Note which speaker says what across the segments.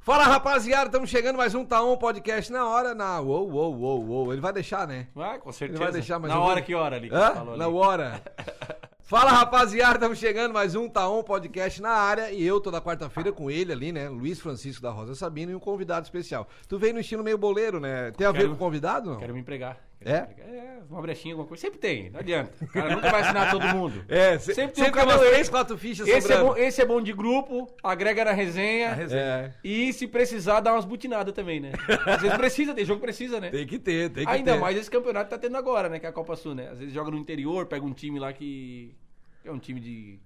Speaker 1: Fala rapaziada, estamos chegando mais um Taon Podcast na hora, na uou, uou, uou, uou. Ele vai deixar, né?
Speaker 2: Vai, com certeza.
Speaker 1: Ele vai deixar mais
Speaker 2: Na
Speaker 1: um-
Speaker 2: hora que hora ali. que
Speaker 1: Hã?
Speaker 2: você falou ali.
Speaker 1: Na hora. Fala rapaziada, estamos chegando mais um Taon Podcast na área e eu toda quarta-feira com ele ali, né? Luiz Francisco da Rosa Sabino e um convidado especial. Tu veio no estilo meio boleiro, né? Tem a ver
Speaker 2: Quero-
Speaker 1: com o convidado? não?
Speaker 2: Quero me empregar. Quero
Speaker 1: É?
Speaker 2: me empregar. É, uma brechinha, alguma coisa. Sempre tem, não adianta. O cara nunca vai assinar todo mundo.
Speaker 1: É, se- sempre,
Speaker 2: Sempre tem um
Speaker 1: tem umas
Speaker 2: caloeiro.
Speaker 1: três, quatro fichas
Speaker 2: Esse é,
Speaker 1: sobrando.
Speaker 2: bom, esse é bom de grupo, agrega na resenha.
Speaker 1: É,
Speaker 2: E se precisar, dá umas butinadas também, né? Às vezes precisa, tem jogo que precisa, né?
Speaker 1: tem que ter, tem que ter.
Speaker 2: Ainda mais esse campeonato que tá tendo agora, né? Que é a Copa Sul, né? Às vezes joga no interior, pega um time lá que. que É um time de.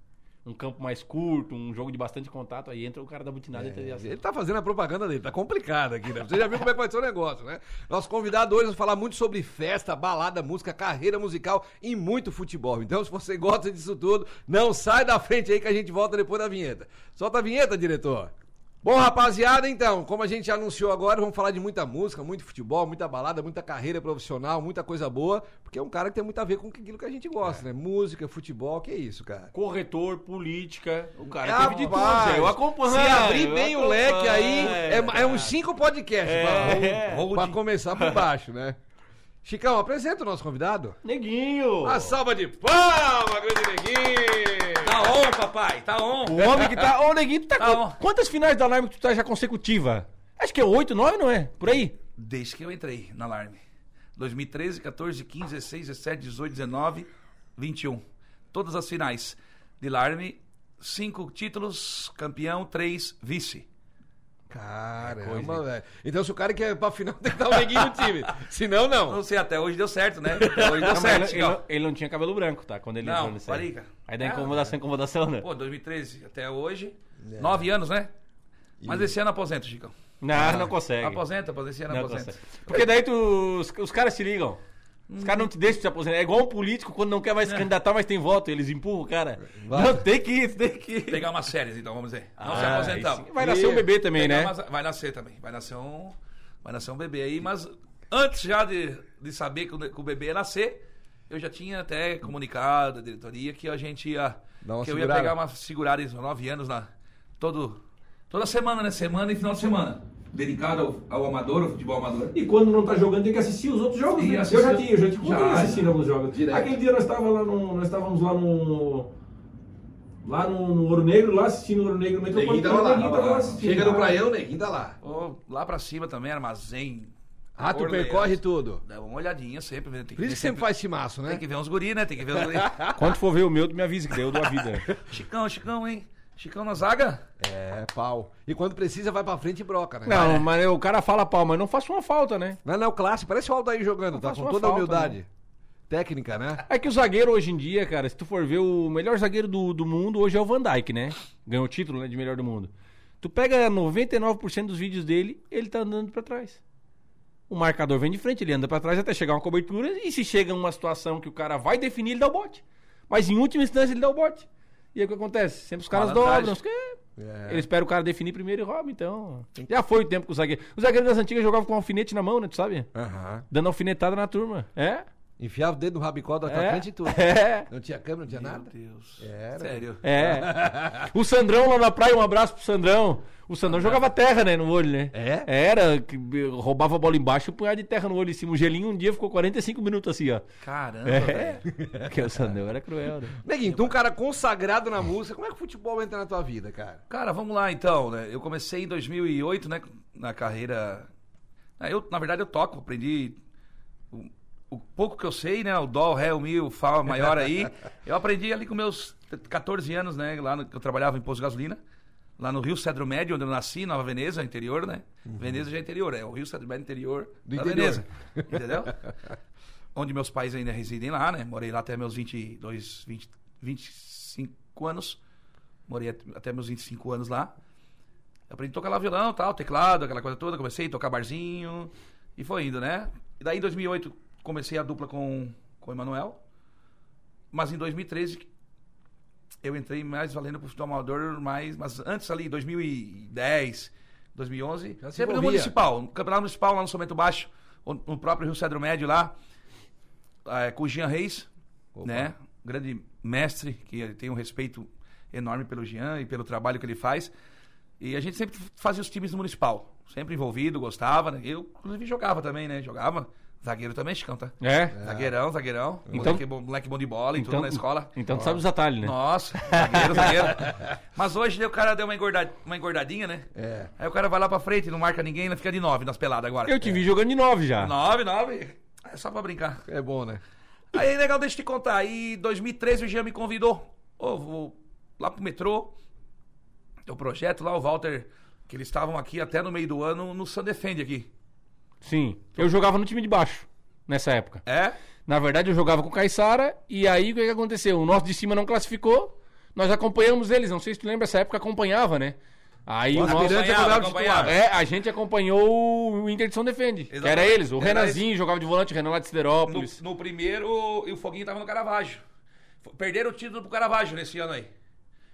Speaker 2: Um campo mais curto, um jogo de bastante contato, aí entra o cara da butinada e
Speaker 1: É,
Speaker 2: tá assim.
Speaker 1: Ele tá fazendo a propaganda dele, tá complicado aqui, né? Você já viu como é que vai ser o negócio, né? Nosso convidado hoje vai falar muito sobre festa, balada, música, carreira musical e muito futebol. Então, se você gosta disso tudo, não sai da frente aí que a gente volta depois da vinheta. Solta a vinheta, diretor. Bom, rapaziada, então, como a gente já anunciou agora, vamos falar de muita música, muito futebol, muita balada, muita carreira profissional, muita coisa boa, porque é um cara que tem muito a ver com aquilo que a gente gosta, né? Música, futebol, que é isso, cara.
Speaker 2: Corretor, política, o cara
Speaker 1: Rapaz,
Speaker 2: teve de tudo, Zé. Eu acompanho. É,
Speaker 1: Se abrir
Speaker 2: eu
Speaker 1: bem o
Speaker 2: acompanho,
Speaker 1: leque aí, é, é
Speaker 2: cara.
Speaker 1: uns cinco podcasts
Speaker 2: É.
Speaker 1: pra, pra começar por baixo, né? Chicão, apresenta o nosso convidado.
Speaker 2: Neguinho!
Speaker 1: Uma salva de palma, grande neguinho!
Speaker 3: Tá on, papai, tá on.
Speaker 2: O homem que tá. Ô, Neguinho, tu tá.
Speaker 3: Tá
Speaker 2: com-
Speaker 3: on.
Speaker 2: Quantas finais da Alarme que tu tá já consecutiva? Acho que é oito, nove, não é? Por aí?
Speaker 3: Desde que eu entrei na Alarme. 2013, 14, 15, 16, 17, 18, 19, 21. Todas as finais de Alarme, cinco títulos, campeão, três vice.
Speaker 1: Caramba, velho. É Então, se o cara quer ir pra final, tem que dar o neguinho no time. Senão, não.
Speaker 3: Não sei, até hoje deu certo, né? Até hoje deu
Speaker 2: Não, mas
Speaker 3: certo,
Speaker 2: ele, tá ele
Speaker 3: Chicão.
Speaker 2: não- ele não tinha cabelo branco, tá? Quando ele
Speaker 3: Não,
Speaker 2: entrou nisso aí.
Speaker 3: parica.
Speaker 2: Aí dá
Speaker 3: Ah,
Speaker 2: incomodação, incomodação, né?
Speaker 3: Pô, 2013 até hoje,
Speaker 2: É.
Speaker 3: nove anos, né? Mas esse ano aposento, Chicão.
Speaker 2: Não, não consegue.
Speaker 3: Aposenta, aposenta, esse ano
Speaker 2: Não
Speaker 3: aposenta.
Speaker 2: consegue. Porque daí tu, os, os caras se ligam. Os caras não te deixam se aposentar. É igual um político quando não quer mais se candidatar, mas tem voto. Eles empurram o cara.
Speaker 1: Vai.
Speaker 2: Não, tem que ir, tem que ir.
Speaker 3: Pegar umas séries, então, vamos dizer. Não se
Speaker 2: Ah,
Speaker 3: aposentar.
Speaker 2: aí sim. Vai nascer um
Speaker 1: E-
Speaker 2: bebê também,
Speaker 3: Pegar
Speaker 2: né?
Speaker 3: umas- vai nascer também. Vai nascer um, vai nascer um bebê aí, mas antes já de, de saber que o, ne- que o bebê ia nascer, eu já tinha até comunicado à diretoria que a gente ia.
Speaker 1: Dá uma
Speaker 3: que eu ia
Speaker 1: segurada.
Speaker 3: pegar uma segurada de nove anos na. Todo, toda semana, né? Semana e final de semana. Dedicado ao, ao amador, ao futebol amador.
Speaker 4: E quando não tá jogando, tem que assistir os outros jogos,
Speaker 3: E
Speaker 4: né? Eu
Speaker 3: assistir
Speaker 4: já
Speaker 3: os-
Speaker 4: tinha, eu já te contei
Speaker 3: Já,
Speaker 4: assistindo
Speaker 3: já.
Speaker 4: alguns jogos.
Speaker 1: Direto.
Speaker 4: Aquele dia nós, tava lá no, nós estávamos lá no. Lá no, no Ouro Negro, lá assistindo o Ouro Negro
Speaker 1: Neguinho
Speaker 4: Metropolitano.
Speaker 1: tava lá.
Speaker 4: o Neguinho tava lá assistindo.
Speaker 1: Chega no praião, neguinho tá lá.
Speaker 3: Ou lá pra cima também, armazém.
Speaker 1: Ah, tu
Speaker 3: Orleans.
Speaker 1: percorre tudo.
Speaker 3: Dá uma olhadinha sempre. né? Tem
Speaker 1: Por isso
Speaker 3: ver
Speaker 1: que sempre faz timaço,
Speaker 3: Tem
Speaker 1: né?
Speaker 3: que ver uns guri, né? Tem que ver uns guri.
Speaker 2: Quando for ver o meu, tu me avisa que daí eu dou a vida.
Speaker 3: Chicão, Chicão, hein? Chicão na zaga?
Speaker 1: É, pau. E quando precisa, vai pra frente e broca, né?
Speaker 2: Não, mas o cara fala pau, mas não faço uma falta, né?
Speaker 1: Não, não, clássico. Parece o Aldair jogando, tá?
Speaker 2: faço
Speaker 1: Com
Speaker 2: uma
Speaker 1: toda a
Speaker 2: falta, né?
Speaker 1: humildade. Técnica, né?
Speaker 2: É que o zagueiro hoje em dia, cara, se tu for ver o melhor zagueiro do, do mundo, hoje é o Van Dijk, né? Ganhou o título né, de melhor do mundo. Tu pega 99% dos vídeos dele, ele tá andando pra trás. O marcador vem de frente, ele anda pra trás até chegar uma cobertura e se chega uma situação que o cara vai definir, ele dá o bote. Mas em última instância ele dá o bote. E aí o que acontece? Sempre os caras
Speaker 3: Malandragem.
Speaker 2: dobram. os que-
Speaker 1: É.
Speaker 2: Ele espera o cara definir primeiro e rouba, então. Já foi o tempo que o zagueiro. O zagueiro das antigas jogava com um alfinete na mão, né? Tu sabe?
Speaker 1: Aham.
Speaker 2: Dando alfinetada na turma. É?
Speaker 1: Enfiava o dedo no rabicó do atacante e tudo.
Speaker 2: É.
Speaker 1: Não tinha câmera, não tinha nada.
Speaker 3: Deus.
Speaker 1: Era.
Speaker 3: Sério.
Speaker 2: É. O Sandrão lá na praia, um abraço pro Sandrão. O Sandrão jogava terra, né, no olho, né?
Speaker 1: É?
Speaker 2: Era, que roubava a bola embaixo e um punhado de terra no olho em cima. O gelinho um dia ficou 45 minutos assim, ó.
Speaker 3: Caramba, velho.
Speaker 2: É. Porque o Sandrão era cruel, né?
Speaker 1: Neguinho, tu é um cara consagrado na música. Como é que o futebol entra na tua vida, cara?
Speaker 3: Cara, vamos lá então, né? Eu comecei em 2008, né? Na carreira... Ah, Eu, na verdade, eu toco. Aprendi o, o pouco que eu sei, né? O dó, o ré, o mi, o fá, o maior aí. Eu aprendi ali com meus 14 anos, né? Lá no, que eu trabalhava em posto de gasolina. Lá no Rio Cedro Médio, onde eu nasci, Nova Veneza, interior, né? Veneza já é interior, é o Rio Cedro Médio interior
Speaker 1: Uhum. Do
Speaker 3: da
Speaker 1: interior.
Speaker 3: Veneza. Entendeu? onde meus pais ainda residem lá, né? Morei lá até meus 22, 20, 25 anos. Morei at- até meus 25 anos lá. Aprendi a tocar lá violão, tal, teclado, aquela coisa toda. Comecei a tocar barzinho e foi indo, né? E daí em 2008 comecei a dupla com, com o Emanuel. Mas em 2013 eu entrei mais valendo pro futebol amador, mais, mas antes ali, 2010, 2011,
Speaker 1: Já se
Speaker 3: sempre no
Speaker 1: envolvia.
Speaker 3: municipal, no campeonato municipal lá no Somento Baixo, ou no próprio Rio Cedro Médio lá, eh, com o Jean Reis,
Speaker 1: Opa.
Speaker 3: né? um Grande mestre, que tem um respeito enorme pelo Jean e pelo trabalho que ele faz. E a gente sempre fazia os times do municipal. Sempre envolvido, gostava, né? Eu, inclusive, jogava também, né? Jogava. Zagueiro também, Chicão, tá?
Speaker 2: É?
Speaker 3: Zagueirão, zagueirão.
Speaker 2: Então-
Speaker 3: moleque, bom, moleque bom de bola e tudo na escola.
Speaker 2: Então tu sabe os atalhos, né?
Speaker 3: Nossa, zagueiro, zagueiro. Mas hoje né, o cara deu uma, engorda- uma engordadinha, né?
Speaker 1: É.
Speaker 3: Aí o cara vai lá pra frente, não marca ninguém, né? fica de nove nas peladas agora.
Speaker 2: Eu te vi jogando de 9 já.
Speaker 3: Nove, nove. É só pra brincar.
Speaker 1: É bom, né?
Speaker 3: Aí, legal, deixa eu te contar. Aí, em 2013, o Jean me convidou. Ô, vou lá pro metrô. Teu projeto lá, o Walter, que eles estavam aqui até no meio do ano no Sun Defende aqui.
Speaker 2: Sim. Eu jogava no time de baixo, nessa época.
Speaker 3: É?
Speaker 2: Na verdade, eu jogava com o Caissara e aí o que, que aconteceu? O nosso de cima não classificou, nós acompanhamos eles. Não sei se tu lembra, essa época acompanhava, né? Aí o nosso.
Speaker 1: Mirante
Speaker 3: acompanhava,
Speaker 1: acompanhava o
Speaker 3: acompanhava.
Speaker 1: titular.
Speaker 2: É, a gente acompanhou o Inter de São Defende. que era
Speaker 3: Exatamente.
Speaker 2: eles. O
Speaker 3: Era
Speaker 2: Renanzinho jogava de volante, o Renan lá de
Speaker 3: No,
Speaker 2: Siderópolis.
Speaker 3: no primeiro, e o Foguinho tava no Caravaggio. F- Perderam o título pro Caravaggio nesse ano aí.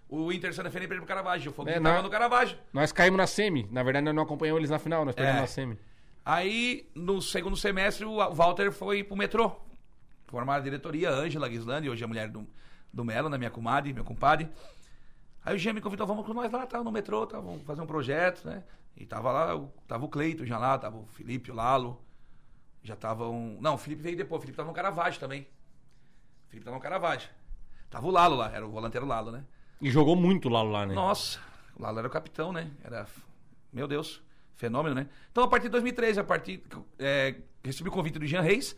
Speaker 3: O Inter Sun Defende perdeu pro Caravaggio. O Foguinho
Speaker 2: É,
Speaker 3: tava
Speaker 2: na-
Speaker 3: no Caravaggio.
Speaker 2: Nós caímos na semi. Na verdade, nós não acompanhamos eles na final, nós perdemos
Speaker 3: É.
Speaker 2: na semi.
Speaker 3: Aí, no segundo semestre, o Walter foi pro metrô. Formaram a diretoria, Ângela Guislandi, hoje é a mulher do, do Melo, né? Minha comadre, meu compadre. Aí o Jean me convidou, vamos com nós lá, tava no metrô, tava, vamos fazer um projeto, né? E tava lá, o- tava o Cleito já lá, tava o Felipe, o Lalo. Já tava um... Não, o Felipe veio depois, o Felipe tava no Caravaggio também. O Felipe tava no Caravaggio. Tava o Lalo lá, era o volanteiro Lalo, né?
Speaker 2: E jogou muito lá, lá né?
Speaker 3: Nossa, o Lalo era o capitão, né? Era, meu Deus, fenômeno, né? Então, a partir de 2013, a partir, é, recebi o convite do Jean Reis,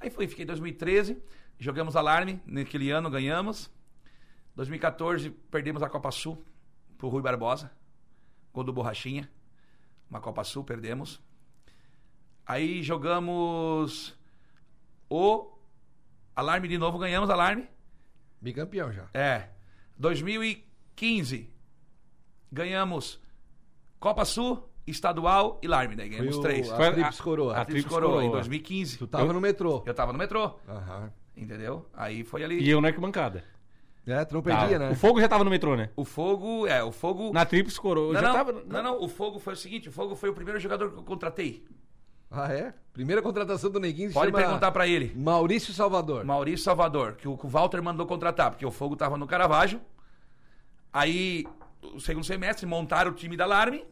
Speaker 3: aí fui, fiquei em 2013, jogamos alarme, naquele ano ganhamos. 2014, perdemos a Copa Sul pro Rui Barbosa, gol do Borrachinha, uma Copa Sul, perdemos. Aí jogamos o alarme de novo, ganhamos alarme.
Speaker 1: Bicampeão já.
Speaker 3: É. 2015. Ganhamos Copa Sul, Estadual e Larme. Daí ganhamos
Speaker 1: Foi o-
Speaker 3: três.
Speaker 1: a
Speaker 3: A...
Speaker 2: Foi a-
Speaker 1: Trips Coroa.
Speaker 2: a-
Speaker 3: Tríplice
Speaker 2: Tríplice
Speaker 3: Coroa, em
Speaker 2: Coroa.
Speaker 3: 2015.
Speaker 1: Tu tava
Speaker 2: Eu-
Speaker 1: no metrô.
Speaker 3: Eu tava no metrô,
Speaker 1: Aham.
Speaker 3: entendeu? Aí foi ali.
Speaker 2: E eu na arquibancada.
Speaker 1: É, tu não perdia,
Speaker 2: Tá.
Speaker 1: né?
Speaker 2: O Fogo já tava no metrô, né?
Speaker 3: O fogo, é, o fogo.
Speaker 2: Na Tríplice Coroa.
Speaker 3: não,
Speaker 2: já
Speaker 3: não,
Speaker 2: tava...
Speaker 3: não, não, o fogo foi o seguinte: o fogo foi o primeiro jogador que eu contratei.
Speaker 1: Ah, é? Primeira contratação do Neguinho se
Speaker 3: Pode
Speaker 1: chama
Speaker 3: perguntar pra ele.
Speaker 1: Maurício Salvador.
Speaker 3: Maurício Salvador, que o que o Walter mandou contratar, porque o Fogo tava no Caravaggio. Aí, o segundo semestre, montaram o time da Alarme.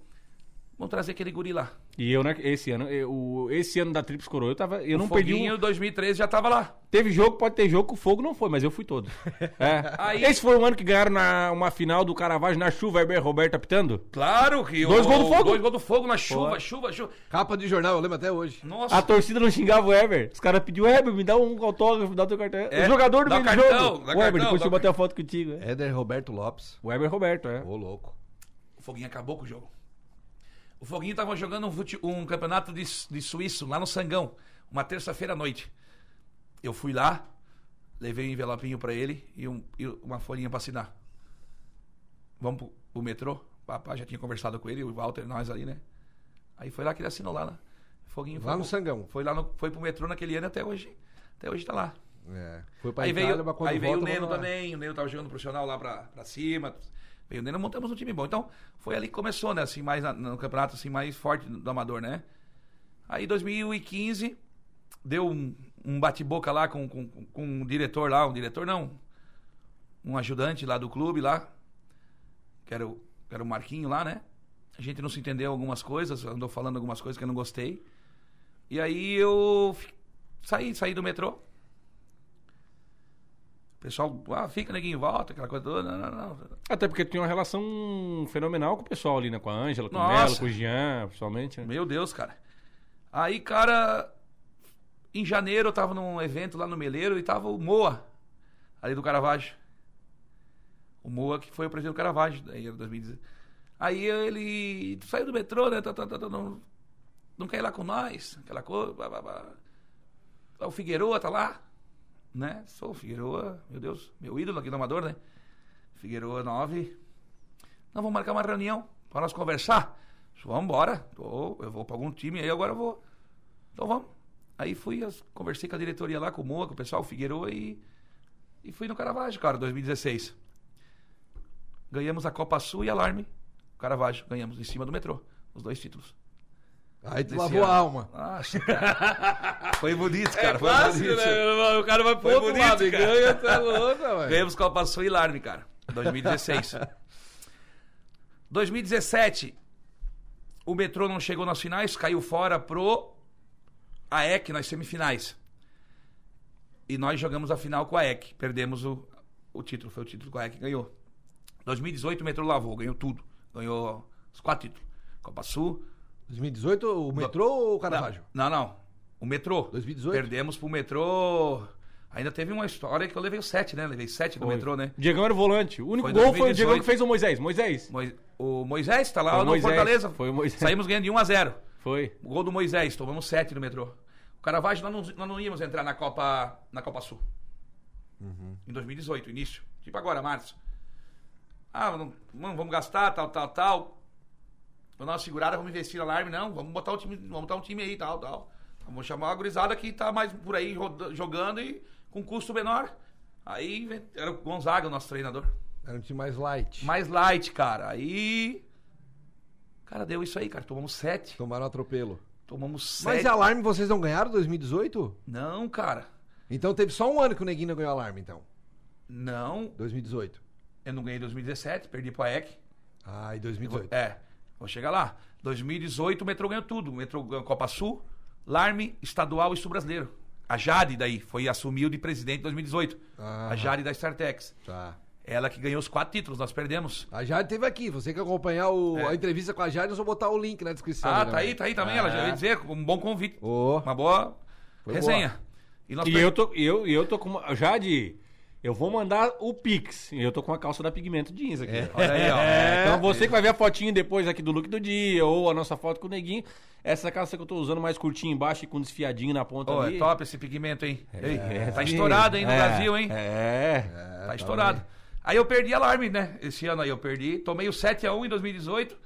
Speaker 3: Vão trazer aquele guri lá.
Speaker 2: E eu, né, esse ano, eu- o- esse ano da Trips Coroa, eu tava. Eu não perdi.
Speaker 3: Foguinho,
Speaker 2: Um,
Speaker 3: 2013 já tava lá.
Speaker 2: teve jogo, pode ter jogo, que o fogo não foi, mas eu fui todo. É.
Speaker 3: Aí-
Speaker 2: Esse foi o ano que ganharam na, uma final do Caravaggio na chuva, Herbert Roberto apitando.
Speaker 3: Claro que
Speaker 2: Dois
Speaker 3: o-
Speaker 2: gols do Fogo.
Speaker 3: Dois gols do fogo na chuva, chuva, chuva.
Speaker 1: Capa de jornal, eu lembro até hoje.
Speaker 3: Nossa.
Speaker 2: A torcida não xingava o Herbert. Os caras pediam, Herbert, me dá um autógrafo, me dá o teu cartão.
Speaker 3: É,
Speaker 2: o jogador do
Speaker 3: dá
Speaker 2: meio
Speaker 3: o
Speaker 2: do
Speaker 3: cartão,
Speaker 2: jogo.
Speaker 3: dá
Speaker 2: O Herbert,
Speaker 3: cartão,
Speaker 2: depois
Speaker 3: dá
Speaker 2: eu
Speaker 3: o
Speaker 2: bater a foto contigo. é.
Speaker 1: Éder Roberto Lopes.
Speaker 2: O Herbert Roberto, é.
Speaker 1: Ô, louco.
Speaker 3: O Foguinho acabou com o jogo. O Foguinho tava jogando um, fute- um campeonato de, de suíço lá no Sangão, uma terça-feira à noite. Eu fui lá, levei um envelopinho pra ele e, um- e uma folhinha pra assinar. Vamos pro, pro metrô. Papai já tinha conversado com ele, o Walter, nós ali, né? Aí foi lá que ele assinou lá, né? Foguinho
Speaker 1: Lá
Speaker 3: foi
Speaker 1: no
Speaker 3: pro-
Speaker 1: Sangão.
Speaker 3: Foi lá no, foi pro metrô naquele ano até hoje. Até hoje tá lá.
Speaker 1: É. Foi pra
Speaker 3: aí
Speaker 1: Itália,
Speaker 3: veio,
Speaker 1: mas quando
Speaker 3: aí veio
Speaker 1: volta,
Speaker 3: o Neno
Speaker 1: vamos lá.
Speaker 3: também, o Neno tava jogando profissional lá pra, pra cima. Veio o Neno, montamos um time bom. Então, foi ali que começou, né? Assim, mais na- no campeonato assim, mais forte do, do amador, né? Aí 2015 deu um, um bate-boca lá com, com, com um diretor lá, um diretor não. Um ajudante lá do clube lá. Que era, o, que era o Marquinho lá, né? A gente não se entendeu algumas coisas, andou falando algumas coisas que eu não gostei. E aí eu fi- saí, saí do metrô. O pessoal, ah, fica neguinho, volta, aquela coisa toda. Não, não, não.
Speaker 2: Até porque tu tinha uma relação fenomenal com o pessoal ali, né? Com a Ângela, com o
Speaker 3: Nossa.
Speaker 2: Melo, com o Jean, principalmente. Né?
Speaker 3: Meu Deus, cara. Aí, cara, em janeiro eu tava num evento lá no Meleiro e tava o Moa, ali do Caravaggio. O Moa que foi o presidente do Caravaggio, daí era 2010. Aí ele saiu do metrô, né? tá, tá, tá, tá, não, não quer ir lá com nós, aquela coisa. blá, blá, blá. Lá O Figueroa tá lá, né? Sou o Figueroa, meu Deus, meu ídolo aqui do Amador, né? Figueroa 9. Nós vamos marcar uma reunião para nós conversar. Vamos embora. Tô- eu vou para algum time aí, agora eu vou. Então vamos. Aí fui, as- conversei com a diretoria lá, com o Moa, com o pessoal, o Figueiredo e, e fui no Caravaggio, cara, 2016. Ganhamos a Copa Sul e Alarme. Caravaggio, ganhamos em cima do metrô. Os dois títulos.
Speaker 1: Aí tu
Speaker 3: Desse
Speaker 1: lavou
Speaker 3: ano.
Speaker 1: a alma.
Speaker 3: Nossa, cara. Foi bonito, cara. foi bonito.
Speaker 2: né?
Speaker 1: O cara vai pro
Speaker 3: Foi outro bonito, lado e cara. ganha,
Speaker 1: tá louco, velho.
Speaker 3: Ganhamos Copa Sul e Larme, cara. 2016. 2017, o metrô não chegou nas finais, caiu fora pro AEC nas semifinais. E nós jogamos a final com a AEC. Perdemos o, o título, foi o título que a AEC ganhou. 2018, o metrô lavou, ganhou tudo. Ganhou os quatro títulos. Copa Sul.
Speaker 1: 2018, o metrô ou o Caravaggio?
Speaker 3: Não, não. O metrô.
Speaker 1: 2018?
Speaker 3: Perdemos pro metrô. Ainda teve uma história que eu levei o sete, né? Levei sete do metrô, né?
Speaker 2: Diegão era o volante. O único
Speaker 3: Foi
Speaker 2: gol foi o
Speaker 3: 2018.
Speaker 2: Diegão que fez o Moisés. Moisés.
Speaker 3: Mois- O Moisés tá lá
Speaker 2: Foi o
Speaker 3: no
Speaker 2: Moisés,
Speaker 3: Fortaleza.
Speaker 2: foi o Moisés.
Speaker 3: Saímos ganhando de 1 a 0
Speaker 2: Foi.
Speaker 3: O gol do Moisés, tomamos 7 no metrô. O Caravaggio, nós não, nós não íamos entrar na Copa, na Copa Sul.
Speaker 2: Uhum.
Speaker 3: Em 2018, início. Tipo agora, março. Ah, não, não vamos gastar, tal, tal, tal. Vamos dar uma segurada, vamos investir no alarme, não. Vamos botar, o time, vamos botar um time aí, tal, tal. Vamos chamar a gurizada que tá mais por aí roda- jogando e com custo menor. Aí invent- era o Gonzaga, o nosso treinador.
Speaker 1: Era um time mais light.
Speaker 3: Mais light, cara. Aí. Cara, deu isso aí, cara. Tomamos sete.
Speaker 1: Tomaram atropelo.
Speaker 3: Tomamos
Speaker 1: Mas
Speaker 3: sete.
Speaker 1: e alarme vocês não ganharam 2018?
Speaker 3: Não, cara.
Speaker 1: Então teve só um ano que o Neguinho não ganhou alarme, então.
Speaker 3: Não.
Speaker 1: 2018.
Speaker 3: Eu não ganhei em 2017, perdi pro AEC.
Speaker 1: Ah, e
Speaker 3: Eu vou-
Speaker 1: 2018.
Speaker 3: É, vou chegar lá. 2018, o metrô ganhou tudo. O metrô ganhou Copa Sul, Larme, Estadual e Sul Brasileiro. A Jade daí foi assumiu de presidente em 2018.
Speaker 1: Ah.
Speaker 3: A Jade da Startex.
Speaker 1: Tá.
Speaker 3: Ela que ganhou os quatro títulos, nós perdemos.
Speaker 1: A Jade teve aqui. Você que acompanhar o-
Speaker 3: É.
Speaker 1: a entrevista com a Jade, eu vou botar o link na descrição.
Speaker 3: Ah,
Speaker 1: né,
Speaker 3: tá aí,
Speaker 1: mano?
Speaker 3: tá aí também. Ela já ia dizer, um bom convite.
Speaker 1: Ô.
Speaker 3: Uma boa
Speaker 1: Foi
Speaker 3: resenha. E nós
Speaker 2: E
Speaker 3: per-
Speaker 2: eu tô, e eu, e eu tô com uma. Já de. Eu vou mandar o Pix. E eu tô com uma calça da Pigmento Jeans aqui. ó.
Speaker 3: Olha aí, ó.
Speaker 2: É, então você que vai ver a fotinho depois aqui do look do dia, ou a nossa foto com o neguinho. Essa calça que eu tô usando mais curtinha embaixo e com um desfiadinho na ponta
Speaker 3: Ô,
Speaker 2: ali.
Speaker 3: é top esse pigmento, hein? Ei,
Speaker 2: É,
Speaker 3: tá estourado, hein, no
Speaker 2: é,
Speaker 3: Brasil, hein?
Speaker 2: É.
Speaker 3: tá estourado. Aí eu perdi alarme, né? Esse ano aí eu perdi. Tomei o 7x1 em 2018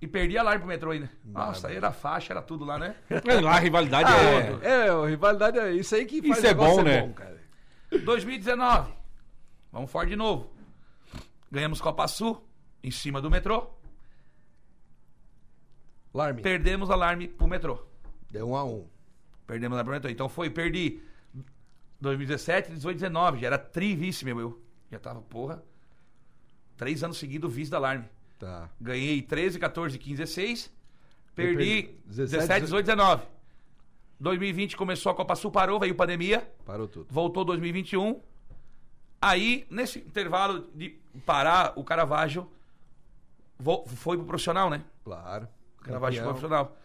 Speaker 3: e perdi alarme pro metrô ainda. Nossa, aí era faixa, era tudo lá, né?
Speaker 2: Lá a rivalidade
Speaker 3: Ah,
Speaker 2: é.
Speaker 1: É, a rivalidade é isso aí que faz
Speaker 2: Isso é
Speaker 1: o negócio
Speaker 2: bom,
Speaker 1: ser
Speaker 2: né?
Speaker 3: 2019. Vamos fora de novo. Ganhamos Copa Sul em cima do metrô.
Speaker 1: Larme,
Speaker 3: Perdemos alarme pro metrô.
Speaker 1: deu um a um.
Speaker 3: Perdemos alarme pro metrô. Então foi, perdi 2017, 18, 19. Já era trivice, meu eu. Já tava, porra. Três anos seguidos, vice da alarme.
Speaker 1: Tá.
Speaker 3: Ganhei 13, 14, 15, 16. Perdi
Speaker 1: Depois,
Speaker 3: 17, 18, 19. 2020 começou a Copa Sul, parou, veio pandemia.
Speaker 1: Parou tudo.
Speaker 3: Voltou 2021. Aí, nesse intervalo de parar, o Caravaggio vo- foi pro profissional, né?
Speaker 1: Claro.
Speaker 3: O Caravaggio foi pro
Speaker 1: Campeão.
Speaker 3: profissional.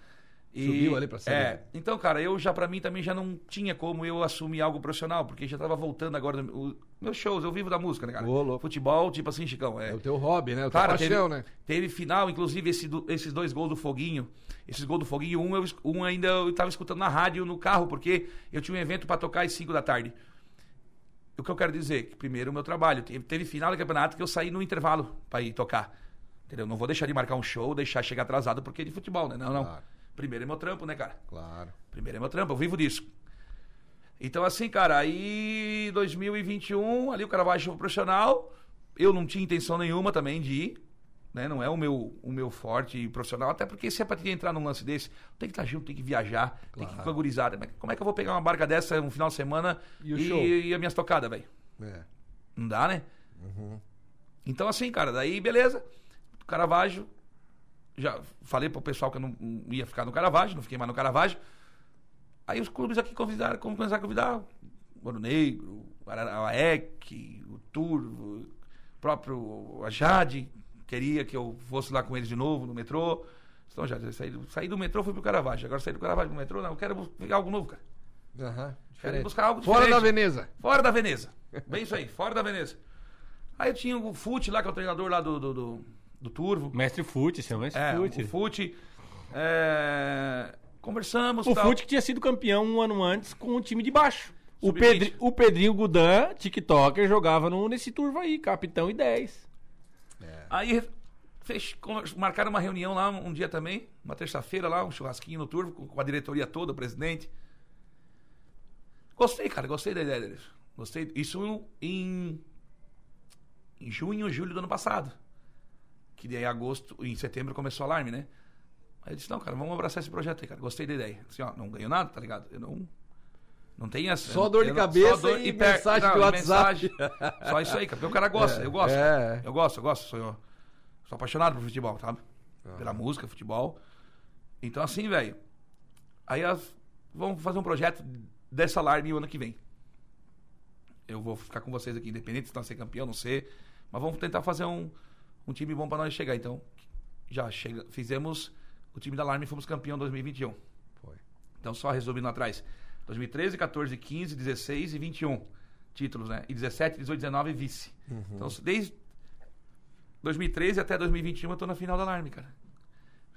Speaker 3: E-
Speaker 1: É, Subiu ali pra Série
Speaker 3: é.
Speaker 1: B.
Speaker 3: Então, cara, eu já, pra mim, também já não tinha como eu assumir algo profissional, porque já tava voltando agora. o- meus shows, eu vivo da música, né, cara?
Speaker 1: Ô, louco.
Speaker 3: Futebol, tipo assim, Chicão.
Speaker 1: É o teu hobby, né? O teu paixão,
Speaker 3: teve,
Speaker 1: né?
Speaker 3: teve final, inclusive esse do- esses dois gols do Foguinho. Esses gols do Foguinho, um, eu, es- um ainda eu tava escutando na rádio, no carro, porque eu tinha um evento pra tocar às 5 da tarde. O que eu quero dizer? Que primeiro o meu trabalho. Teve, teve final do campeonato que eu saí no intervalo pra ir tocar. Entendeu? Não vou deixar de marcar um show, deixar chegar atrasado, porque é de futebol, né? Não, não.
Speaker 1: Claro.
Speaker 3: Primeiro é meu trampo, né, cara?
Speaker 1: Claro.
Speaker 3: Primeiro é meu trampo, eu vivo disso. Então, assim, cara, aí 2021, ali o cara baixou profissional. Eu não tinha intenção nenhuma também de ir. Né? Não é o meu, o meu forte profissional. Até porque se é pra te entrar num lance desse, tem que estar junto, tem que viajar, tem que ir com a gurizada. Mas Como é que eu vou pegar uma barca dessa um final de semana
Speaker 1: E o
Speaker 3: e,
Speaker 1: show?
Speaker 3: e as minhas tocadas, velho?
Speaker 1: É.
Speaker 3: Não dá, né? Então, assim, cara, daí beleza. Caravaggio. Já falei pro pessoal que eu não não ia ficar no Caravaggio, não fiquei mais no Caravaggio. Aí os clubes aqui convidaram, como- começaram a convidar o Ouro Negro, o Ara- a EC, o Turvo, o próprio a Jade, queria que eu fosse lá com eles de novo no metrô. Então, Jade, eu saí, do- saí do metrô, fui pro Caravaggio. Agora saí do Caravaggio pro metrô, não, eu quero pegar algo novo, cara.
Speaker 1: Aham.
Speaker 3: Quero
Speaker 1: Diferente.
Speaker 3: buscar algo
Speaker 1: Fora
Speaker 3: diferente.
Speaker 1: da Veneza.
Speaker 3: Fora da Veneza. Bem isso aí, fora da Veneza. Aí eu tinha o Fute lá, que é o treinador lá do, do, do, do Turvo.
Speaker 2: Mestre Fute, seu mestre
Speaker 3: É,
Speaker 2: Fute.
Speaker 3: o Fute. É, Conversamos.
Speaker 2: O
Speaker 3: tal.
Speaker 2: Fute que tinha sido campeão um ano antes com o time de baixo. O,
Speaker 3: Sub-vinte.
Speaker 2: Pedri- o Pedrinho Gudan, TikToker, jogava no, nesse turvo aí, capitão e 10.
Speaker 3: Aí fez, conver- marcaram uma reunião lá um dia também, uma terça-feira lá, um churrasquinho no Turvo, com- com a diretoria toda, o presidente. Gostei, cara, gostei da ideia deles. Gostei. Isso em, em junho, julho do ano passado. Que daí em agosto, em setembro começou o alarme, né? Aí eu disse, não, cara, vamos abraçar esse projeto aí, cara. Gostei da ideia. Assim, ó, não ganho nada, tá ligado? Eu não. Não tem essa.
Speaker 1: Só
Speaker 3: eu-
Speaker 1: dor de
Speaker 3: eu não-
Speaker 1: cabeça
Speaker 3: só dor-
Speaker 1: e
Speaker 3: per-
Speaker 1: mensagem
Speaker 3: não,
Speaker 1: do
Speaker 3: e
Speaker 1: WhatsApp.
Speaker 3: mensagem. Só isso aí, cara. Porque o cara gosta, eu gosto.
Speaker 1: é.
Speaker 3: Eu gosto, eu gosto. Sou, Sou apaixonado por futebol, sabe? Pela música, futebol. Então, assim, velho. Aí elas vão fazer um projeto dessa Larne o ano que vem. Eu vou ficar com vocês aqui, independente se nós ser campeão, não ser. Mas vamos tentar fazer um, um time bom pra nós chegar. Então, já chega, fizemos o time da Larme e um. fomos campeão em 2021.
Speaker 1: Foi.
Speaker 3: Então, só resumindo lá atrás: 2013, 14, 15, 16 e 21 títulos, né? E 17, 18, 19 vice. Então, desde 2013 até 2021 eu tô na final da Alarme, cara.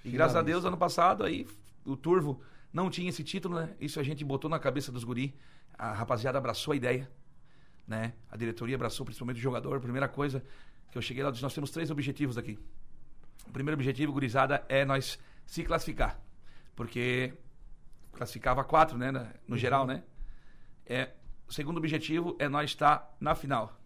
Speaker 3: E graças a Deus, ano passado, aí o Turvo não tinha esse título, né? Isso a gente botou na cabeça dos guri. A rapaziada abraçou a ideia, né? A diretoria abraçou, principalmente o jogador. Primeira coisa que eu cheguei lá, eu disse, nós temos três objetivos aqui. O primeiro objetivo, gurizada, é nós se classificar. Porque classificava quatro, né? na- No geral, né? É, o segundo objetivo é nós estar na final.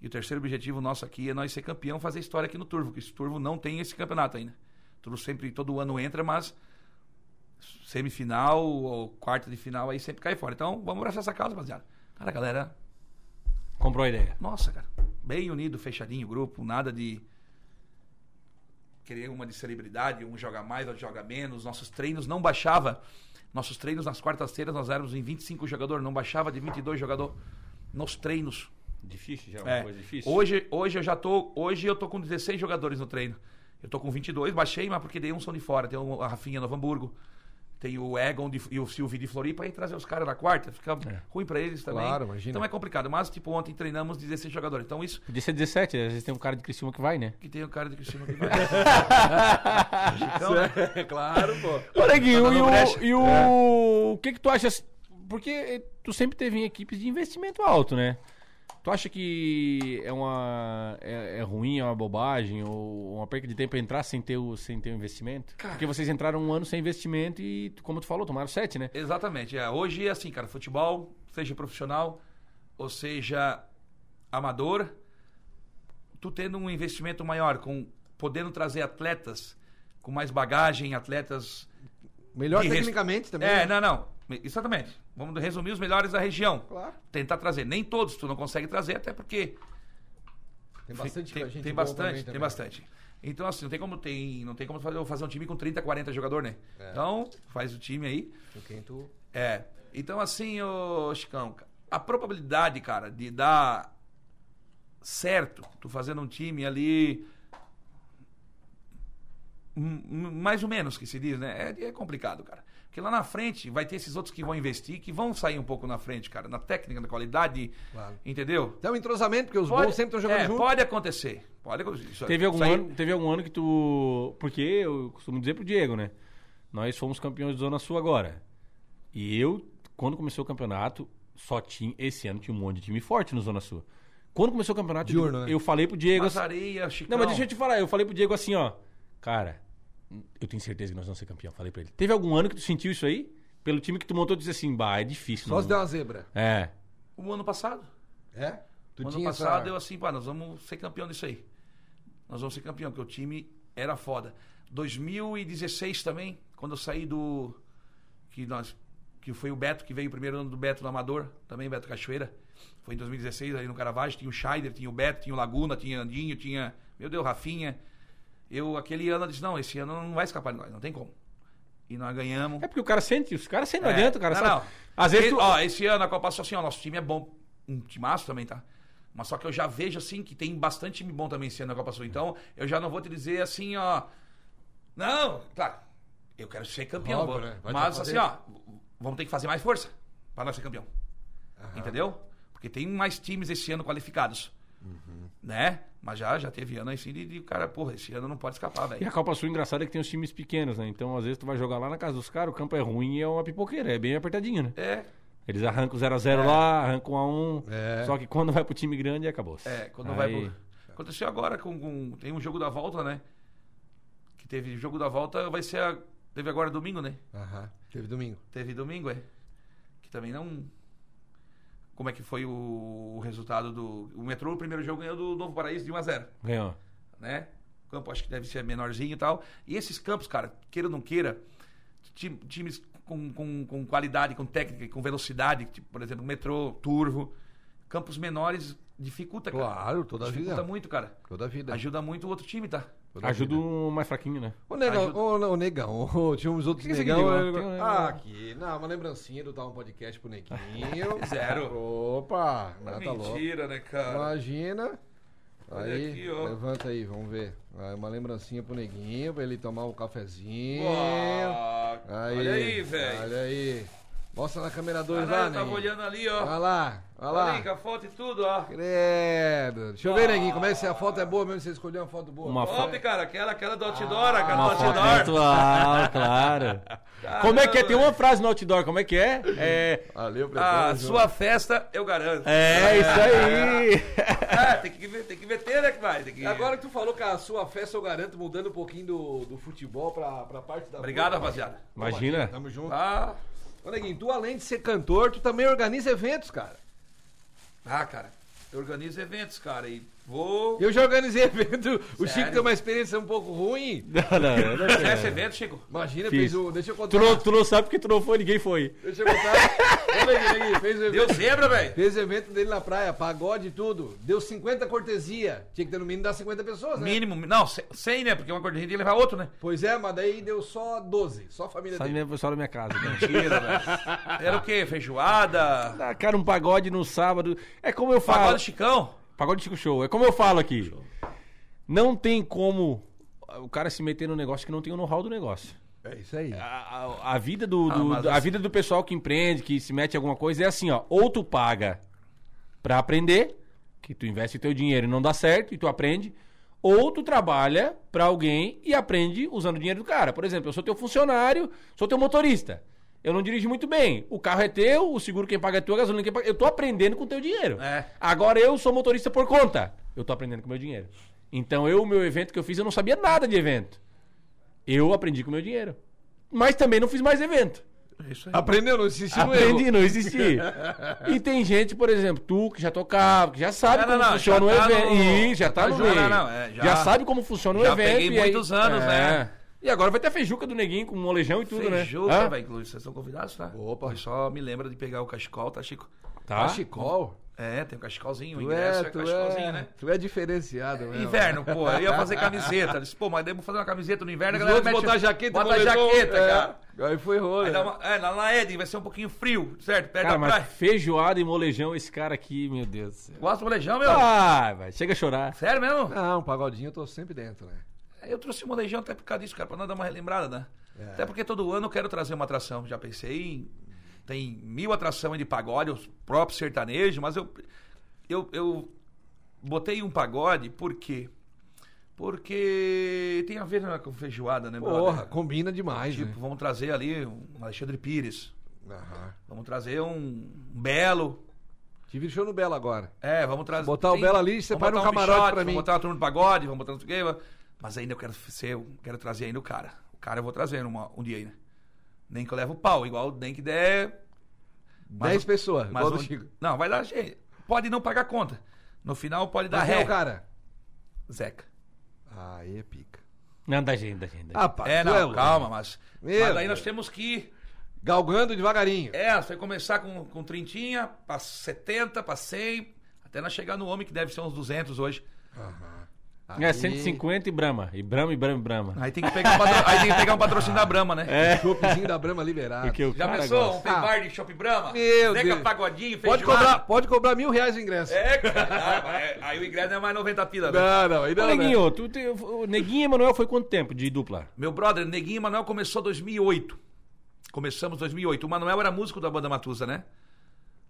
Speaker 3: E o terceiro objetivo nosso aqui é nós ser campeão, fazer história aqui no Turvo, que esse Turvo não tem esse campeonato ainda. O Turvo sempre, todo ano entra, mas semifinal ou quarta de final aí sempre cai fora. Então, vamos abraçar essa causa, rapaziada. Cara, a galera,
Speaker 2: Comprou a ideia.
Speaker 3: nossa, cara, bem unido, fechadinho, grupo, nada de querer uma de celebridade, um joga mais, outro joga menos. Nossos treinos não baixava. Nossos treinos nas quartas-feiras nós éramos em 25 jogador, não baixava de 22 jogador nos treinos.
Speaker 2: Difícil, já é uma
Speaker 3: É.
Speaker 2: coisa difícil.
Speaker 3: Hoje, hoje eu já tô. Hoje eu tô com 16 jogadores no treino. Eu tô com 22, baixei, mas porque dei um são de fora. Tem o- a Rafinha Novo Hamburgo, tem o Egon de- e o Silvio de Floripa aí trazer os caras da quarta. Fica
Speaker 2: É.
Speaker 3: ruim pra eles também.
Speaker 1: Claro, imagina.
Speaker 3: Então é complicado. Mas, tipo, ontem treinamos 16 jogadores. Então isso
Speaker 2: Podia ser 17, às vezes tem um cara de Criciúma que vai, né?
Speaker 3: que tem o cara de Cristina que vai. Então,
Speaker 1: É claro, pô.
Speaker 2: Olha, Gui,
Speaker 3: dando
Speaker 2: e
Speaker 3: brecha.
Speaker 2: o, e o... o que que tu achas? Porque tu sempre teve em equipes de investimento alto, né? Tu acha que é uma é, é ruim, é uma bobagem ou uma perca de tempo entrar sem ter o sem ter o investimento? Porque vocês entraram um ano sem investimento e, tu- como tu falou, tomaram sete, né?
Speaker 3: Exatamente. É. Hoje é assim, cara, futebol, seja profissional ou seja amador, tu tendo um investimento maior, com podendo trazer atletas com mais bagagem, atletas.
Speaker 1: Melhor
Speaker 3: E res-
Speaker 1: tecnicamente também.
Speaker 3: É,
Speaker 1: né?
Speaker 3: não, não. Exatamente. Vamos resumir os melhores da região.
Speaker 1: Claro.
Speaker 3: Tentar trazer. Nem todos tu não consegue trazer, até porque
Speaker 1: Tem bastante
Speaker 3: tem,
Speaker 1: gente
Speaker 3: tem
Speaker 1: boa
Speaker 3: bastante,
Speaker 1: também,
Speaker 3: tem
Speaker 1: também.
Speaker 3: bastante. Então, assim, não tem como tem, não tem como fazer, fazer um time com 30, 40 jogador, né?
Speaker 1: É.
Speaker 3: Então, faz o time aí.
Speaker 1: Com quem tu-
Speaker 3: É. Então, assim, ô Chicão, a probabilidade, cara, de dar certo, tu fazendo um time ali. m- m- Mais ou menos que se diz, né? É, é complicado, cara. Porque lá na frente vai ter esses outros que vão investir, que vão sair um pouco na frente, cara, na técnica, na qualidade.
Speaker 1: Claro.
Speaker 3: Entendeu?
Speaker 1: Tem um entrosamento, porque os bons sempre estão jogando
Speaker 3: é,
Speaker 1: junto.
Speaker 3: Pode acontecer. Pode acontecer. Isso-
Speaker 2: Teve algum,
Speaker 3: isso aí-
Speaker 2: ano, teve algum ano que tu. Porque eu costumo dizer pro Diego, né? Nós fomos campeões de Zona Sul agora. E eu, quando começou o campeonato, só tinha. Esse ano tinha um monte de time forte no Zona Sul. Quando começou o campeonato, eu,
Speaker 1: Diurno,
Speaker 2: digo-
Speaker 1: né?
Speaker 2: eu falei pro Diego. assim-
Speaker 3: Passaria, Chicão.
Speaker 2: Não, mas deixa eu te falar, eu falei pro Diego assim, ó. Cara, eu tenho certeza que nós vamos ser campeão. Falei pra ele. Teve algum ano que tu sentiu isso aí? Pelo time que tu montou, tu disse assim, bah, é difícil.
Speaker 1: Só
Speaker 2: não-
Speaker 1: se der uma zebra.
Speaker 2: É.
Speaker 3: O ano passado.
Speaker 1: É? Tu
Speaker 3: O ano
Speaker 1: tinha
Speaker 3: passado
Speaker 1: essa...
Speaker 3: eu assim, pá, nós vamos ser campeão disso aí. Nós vamos ser campeão, porque o time era foda. 2016 também, quando eu saí do. Que, nós, que foi o Beto, que veio o primeiro ano do Beto no Amador, também Beto Cachoeira. Foi em 2016, ali no Caravaggio, tinha o Scheider, tinha o Beto, tinha o Laguna, tinha Andinho, tinha. Meu Deus, Rafinha. Eu, aquele ano, eu disse, não, esse ano não vai escapar de nós, não tem como. E nós ganhamos.
Speaker 2: É porque o cara sente, os caras sentem, não
Speaker 3: É.
Speaker 2: adianta, o cara
Speaker 3: Não,
Speaker 2: sabe.
Speaker 3: não.
Speaker 2: Às vezes
Speaker 3: Esse-
Speaker 2: tu.
Speaker 3: ó, esse ano a Copa passou assim, ó, nosso time é bom. Um timaço também, tá? Mas só que eu já vejo, assim, que tem bastante time bom também esse ano na Copa Sul. Então, eu já não vou te dizer assim, ó... Não, claro, eu quero ser campeão.
Speaker 1: Óbvio,
Speaker 3: vou-
Speaker 1: né? Vai
Speaker 3: Mas,
Speaker 1: ter que
Speaker 3: assim, ó, vamos ter que fazer mais força pra nós ser campeão. Entendeu? Porque tem mais times esse ano qualificados.
Speaker 1: Uhum.
Speaker 3: Né? Mas já, já teve ano assim de, de cara, porra, esse ano não pode escapar, velho.
Speaker 2: E a Copa Sul, engraçado, é que tem os times pequenos, né? Então, às vezes, tu vai jogar lá na casa dos caras, o campo é ruim e é uma pipoqueira, é bem apertadinho, né?
Speaker 3: É,
Speaker 2: Eles arrancam 0x0 lá, arrancam 1x1.
Speaker 1: É.
Speaker 2: Só que quando vai pro time grande, acabou.
Speaker 3: É, quando
Speaker 2: Aí-
Speaker 3: vai pro... Aconteceu agora com, com- Tem um jogo da volta, né? Que teve jogo da volta, vai ser a... Teve agora domingo, né?
Speaker 1: Aham. Teve domingo.
Speaker 3: Teve domingo, é. Que também não... Como é que foi o, o resultado do... O Metrô, o primeiro jogo, ganhou do Novo Paraíso de 1x0,
Speaker 2: Ganhou.
Speaker 3: né? O campo acho que deve ser menorzinho e tal. E esses campos, cara, queira ou não queira, ti- times com, com, com qualidade, com técnica, e com velocidade, tipo, por exemplo, Metrô, Turvo, campos menores dificulta, cara.
Speaker 1: Claro, é. toda a
Speaker 3: dificulta
Speaker 1: vida.
Speaker 3: muito, cara.
Speaker 1: Toda a vida.
Speaker 3: Ajuda muito o outro time, tá?
Speaker 1: toda a
Speaker 2: Ajuda
Speaker 1: vida.
Speaker 2: o mais fraquinho, né?
Speaker 1: Ô, negão,
Speaker 3: Ajuda.
Speaker 1: ô, não, negão, ô, tinha uns outros
Speaker 2: Que que é isso aqui,
Speaker 1: negão.
Speaker 2: Diego?
Speaker 1: eu-
Speaker 2: Tem um-
Speaker 1: Ah, aqui. Não, uma lembrancinha do Dar um Podcast pro Neguinho.
Speaker 3: Zero.
Speaker 1: Opa, nada tá louco.
Speaker 3: né,
Speaker 1: Imagina.
Speaker 3: Olha
Speaker 1: Aí,
Speaker 3: aqui, ó.
Speaker 1: levanta aí, vamos ver. Aí, uma lembrancinha pro Neguinho, pra ele tomar um cafezinho. Aí, Olha aí. Mostra na câmera 2 lá,
Speaker 3: Caralho,
Speaker 1: né?
Speaker 3: tava olhando ali, ó.
Speaker 1: Olha lá, olha lá.
Speaker 3: Olha aí, com a foto e tudo, ó.
Speaker 1: Credo. Deixa eu ver, Neguinho, como é que se a foto é boa mesmo, você escolheu uma foto boa.
Speaker 2: Uma
Speaker 3: Top,
Speaker 2: foto.
Speaker 3: cara, aquela, aquela do outdoor,
Speaker 1: Ah,
Speaker 3: cara, do
Speaker 2: Uma foto
Speaker 3: outdoor.
Speaker 2: virtual, claro. Como é que é? Tem uma frase no outdoor, como é que é? É,
Speaker 1: Valeu,
Speaker 3: Ah, A
Speaker 1: Pedrão, João.
Speaker 3: sua festa, eu garanto.
Speaker 2: é isso aí.
Speaker 3: Ah, tem que, ver- tem que meter, né, que vai? Tem que...
Speaker 1: Agora que tu falou que a sua festa, eu garanto, mudando um pouquinho do, do futebol pra, pra parte da...
Speaker 3: Obrigado,
Speaker 1: música.
Speaker 3: rapaziada.
Speaker 2: Imagina.
Speaker 1: Tamo junto.
Speaker 3: Ah,
Speaker 1: Ô, Neguinho, tu além de ser cantor, tu também organiza eventos, cara.
Speaker 3: ah, cara, eu organizo eventos, cara, e vou...
Speaker 1: Eu já organizei evento. O Chico
Speaker 3: Sério?
Speaker 1: tem uma experiência um pouco ruim.
Speaker 2: Não, não, não,
Speaker 3: Você é esse
Speaker 2: não.
Speaker 3: evento, Chico?
Speaker 1: Imagina,
Speaker 2: Fiz.
Speaker 1: fez o. Deixa eu contar.
Speaker 2: Tu não, tu não sabe porque tu não foi, ninguém foi.
Speaker 1: Deixa eu contar. Olha aí, olha aí, fez o evento.
Speaker 3: Deu zebra, velho.
Speaker 1: Fez o evento dele na praia, pagode e tudo. Deu 50 cortesia. Tinha que ter no mínimo dar 50 pessoas, né?
Speaker 3: Mínimo, não, ce- 100, né, porque uma cordeira ia levar outro, né?
Speaker 1: Pois é, mas daí deu só 12. Só a família
Speaker 2: Sabe
Speaker 1: dele.
Speaker 2: mesmo pessoal da minha casa. né?
Speaker 3: Mentira, velho. Era o quê? Feijoada?
Speaker 2: Ah, Cara, um pagode no sábado. É como eu falo.
Speaker 3: Pagode
Speaker 1: Ah.
Speaker 3: Chicão?
Speaker 2: Pagode Chico Show. É como eu falo aqui. Não tem como ah, o cara se meter num negócio que não tem o know-how do negócio.
Speaker 1: É isso aí.
Speaker 2: A, a- a vida do,
Speaker 3: Ah,
Speaker 2: do-
Speaker 3: mas
Speaker 2: a
Speaker 3: assim-
Speaker 2: vida do pessoal que empreende, que se mete em alguma coisa, é assim, ó. Ou tu paga pra aprender, que tu investe teu dinheiro e não dá certo, e tu aprende. Ou tu trabalha pra alguém e aprende usando o dinheiro do cara. Por exemplo, eu sou teu funcionário, sou teu motorista. Eu não dirijo muito bem. O carro é teu, o seguro quem paga é teu, a gasolina quem paga. Eu tô aprendendo com o teu dinheiro.
Speaker 3: É.
Speaker 2: Agora eu sou motorista por conta. Eu tô aprendendo com o meu dinheiro. Então eu, o meu evento que eu fiz, eu não sabia nada de evento. Eu aprendi com o meu dinheiro. Mas também não fiz mais evento.
Speaker 3: Isso
Speaker 2: Ah,
Speaker 3: aí.
Speaker 1: Aprendeu, não existe
Speaker 3: Tipo
Speaker 1: um erro.
Speaker 2: Aprendi, não existi. e tem gente, por exemplo, tu que já tocava, que já sabe
Speaker 3: Não,
Speaker 2: como
Speaker 3: não, não,
Speaker 2: funciona
Speaker 3: já
Speaker 2: o
Speaker 3: tá
Speaker 2: evento.
Speaker 3: no-
Speaker 2: Ih, já
Speaker 3: já
Speaker 2: tá
Speaker 3: tá
Speaker 2: no
Speaker 3: junto.
Speaker 2: meio.
Speaker 3: Não, não, é,
Speaker 2: já,
Speaker 3: já-
Speaker 2: sabe como funciona o
Speaker 3: já
Speaker 2: evento.
Speaker 3: peguei
Speaker 2: e aí- É.
Speaker 3: muitos anos, né?
Speaker 2: E agora vai ter a feijuca do neguinho com o molejão e tudo, né?
Speaker 3: Feijuca,
Speaker 2: Hã?
Speaker 3: velho, inclusive, vocês estão convidados, tá?
Speaker 1: Opa.
Speaker 3: Pois Só me lembra de pegar o cachecol, tá, Chico?
Speaker 2: Tá.
Speaker 1: Chicol.
Speaker 3: É, tem um cachecolzinho, o
Speaker 1: Tu
Speaker 3: ingresso
Speaker 1: é,
Speaker 3: é,
Speaker 1: tu
Speaker 3: cachecolzinho,
Speaker 1: é,
Speaker 3: né?
Speaker 1: tu é diferenciado, mesmo. né? Tá.
Speaker 3: Inverno, pô, eu ia fazer camiseta. Eu disse, pô, mas devo fazer uma camiseta no inverno,
Speaker 1: Os
Speaker 3: a galera
Speaker 1: outros
Speaker 3: mete-
Speaker 1: botar jaqueta,
Speaker 3: bota
Speaker 1: moletom,
Speaker 3: jaqueta,
Speaker 1: é.
Speaker 3: cara.
Speaker 1: Aí foi rolo.
Speaker 3: Aí dá uma- é, lá na Eden vai ser um pouquinho frio, certo? Perto
Speaker 2: Cara,
Speaker 3: é da
Speaker 2: mas
Speaker 3: praia.
Speaker 2: feijoada e molejão, esse cara aqui, meu Deus do céu.
Speaker 3: Gosta do molejão, meu?
Speaker 2: Ah, vai, chega a chorar.
Speaker 3: Sério mesmo?
Speaker 1: Não, pagodinho eu tô sempre dentro, né?
Speaker 3: Eu trouxe o molejão até por causa disso, cara, pra não dar uma relembrada, né? Até porque todo ano eu quero trazer uma atração. Já pensei em. Tem mil atrações de pagode, os próprios sertanejos, mas eu, eu. Eu botei um pagode, por quê? Porque tem a ver né, com feijoada, né, brother?
Speaker 1: Porra, né? combina demais,
Speaker 3: Tipo, vamos trazer ali um Alexandre Pires.
Speaker 1: né? Aham.
Speaker 3: Vamos trazer um Belo.
Speaker 1: Tive show no Belo agora.
Speaker 3: É, vamos trazer.
Speaker 1: Botar o Belo ali,
Speaker 3: vamos
Speaker 1: separa
Speaker 3: botar
Speaker 1: um camarote
Speaker 3: Pichote,
Speaker 1: pra mim.
Speaker 3: Vamos botar a turma do pagode, vamos botar não sei o quê. mas- Mas ainda eu quero ser, eu quero trazer ainda o cara. O cara eu vou trazer uma- um dia ainda. Nem que eu leve o pau, igual nem que der. Mas
Speaker 1: 10
Speaker 3: o-
Speaker 1: pessoas,
Speaker 3: Mas
Speaker 1: igual do
Speaker 3: um-
Speaker 1: Chico.
Speaker 3: Não, vai dar gente. Pode não pagar conta. No final pode dar
Speaker 1: Mas quem é
Speaker 3: ré.
Speaker 1: o cara?
Speaker 3: Zeca.
Speaker 1: Aí é pica.
Speaker 2: Não, da agenda, da agenda.
Speaker 1: Ah, pá,
Speaker 3: É,
Speaker 1: tu
Speaker 3: não,
Speaker 1: louco.
Speaker 3: calma, mas.
Speaker 1: Meu
Speaker 3: mas daí nós
Speaker 1: Deus.
Speaker 3: temos que. ir-
Speaker 1: Galgando devagarinho.
Speaker 3: É, você vai começar com, com 30, pra 70, pra 100, até nós chegar no homem que deve ser uns 200 hoje.
Speaker 2: É,
Speaker 3: Ah,
Speaker 1: Aí-
Speaker 2: 150 e Brahma. E Brahma, e Brahma, e Brahma.
Speaker 3: Aí tem que pegar um, patro- aí tem que pegar um patrocínio da Brahma, né?
Speaker 1: Chopezinho da Brahma liberado.
Speaker 2: Porque o
Speaker 3: Já
Speaker 2: cara
Speaker 3: pensou?
Speaker 2: gosta.
Speaker 3: Um open bar de Shopping Brahma?
Speaker 1: Ah. Meu
Speaker 3: Zeca
Speaker 1: Deus.
Speaker 3: Pagodinho,
Speaker 1: Pode
Speaker 3: feijoada.
Speaker 1: cobrar, pode cobrar mil reais o ingresso.
Speaker 3: É, cara. Ah, é- Aí o ingresso não é mais 90 pila, né?
Speaker 1: Não, não, aí
Speaker 2: Ô,
Speaker 1: não. né?
Speaker 2: Neguinho, tu te- o Neguinho e Emanuel foi quanto tempo de dupla?
Speaker 3: Meu brother, Neguinho e Manuel começou em 2008. Começamos em 2008. O Manuel era músico da banda Matusa, né?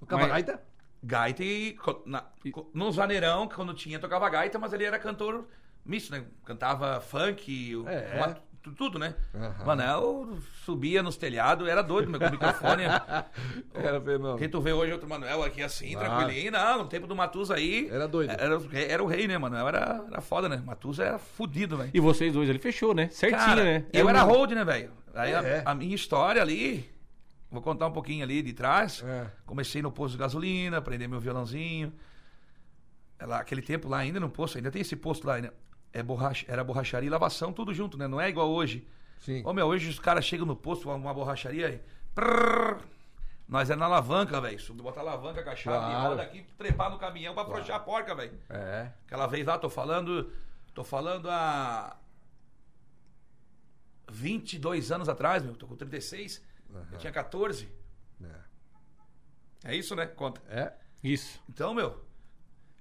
Speaker 1: O Camagaita?
Speaker 3: Gaita e... co- na- co- no Zaneirão, quando tinha, tocava gaita, mas ele era cantor misto, né? Cantava funk, o-
Speaker 1: É.
Speaker 3: uma- tu- tudo, né?
Speaker 1: Aham.
Speaker 3: Manuel subia nos telhados, era doido, meu, com o microfone...
Speaker 1: Era
Speaker 3: Quem
Speaker 1: fenômeno.
Speaker 3: tu vê hoje outro Manuel aqui assim,
Speaker 1: Claro.
Speaker 3: tranquilinho, não, no tempo do Matusa aí. é,
Speaker 1: Era doido.
Speaker 3: Era, o rei- era o rei, né, Manuel? Era, era foda, né? Matusa era fudido, velho.
Speaker 2: E vocês dois, ele fechou, né? Certinho,
Speaker 3: Cara,
Speaker 2: né?
Speaker 3: eu
Speaker 2: É
Speaker 3: era
Speaker 2: um-
Speaker 3: hold, né, velho? Aí
Speaker 1: É.
Speaker 3: a, a minha história ali, vou contar um pouquinho ali de trás.
Speaker 1: É.
Speaker 3: Comecei no posto de gasolina, aprendi meu violãozinho. É lá, aquele tempo lá ainda no posto, ainda tem esse posto lá ainda. É borracha, era borracharia e lavação, tudo junto, né? Não é igual hoje.
Speaker 1: Sim.
Speaker 3: Ô, meu, hoje os caras chegam no posto, uma, uma borracharia aí. prrr, Nós era na alavanca, velho. Sub- Botar alavanca com a chave
Speaker 1: Claro.
Speaker 3: e roda aqui, trepar no caminhão pra afrouxar a porca, velho.
Speaker 1: É.
Speaker 3: Aquela vez lá, tô falando. Tô falando há 22 anos atrás, meu. Tô com 36. Eu tinha 14. É isso, né? Conta.
Speaker 1: É.
Speaker 2: Isso.
Speaker 3: Então, meu,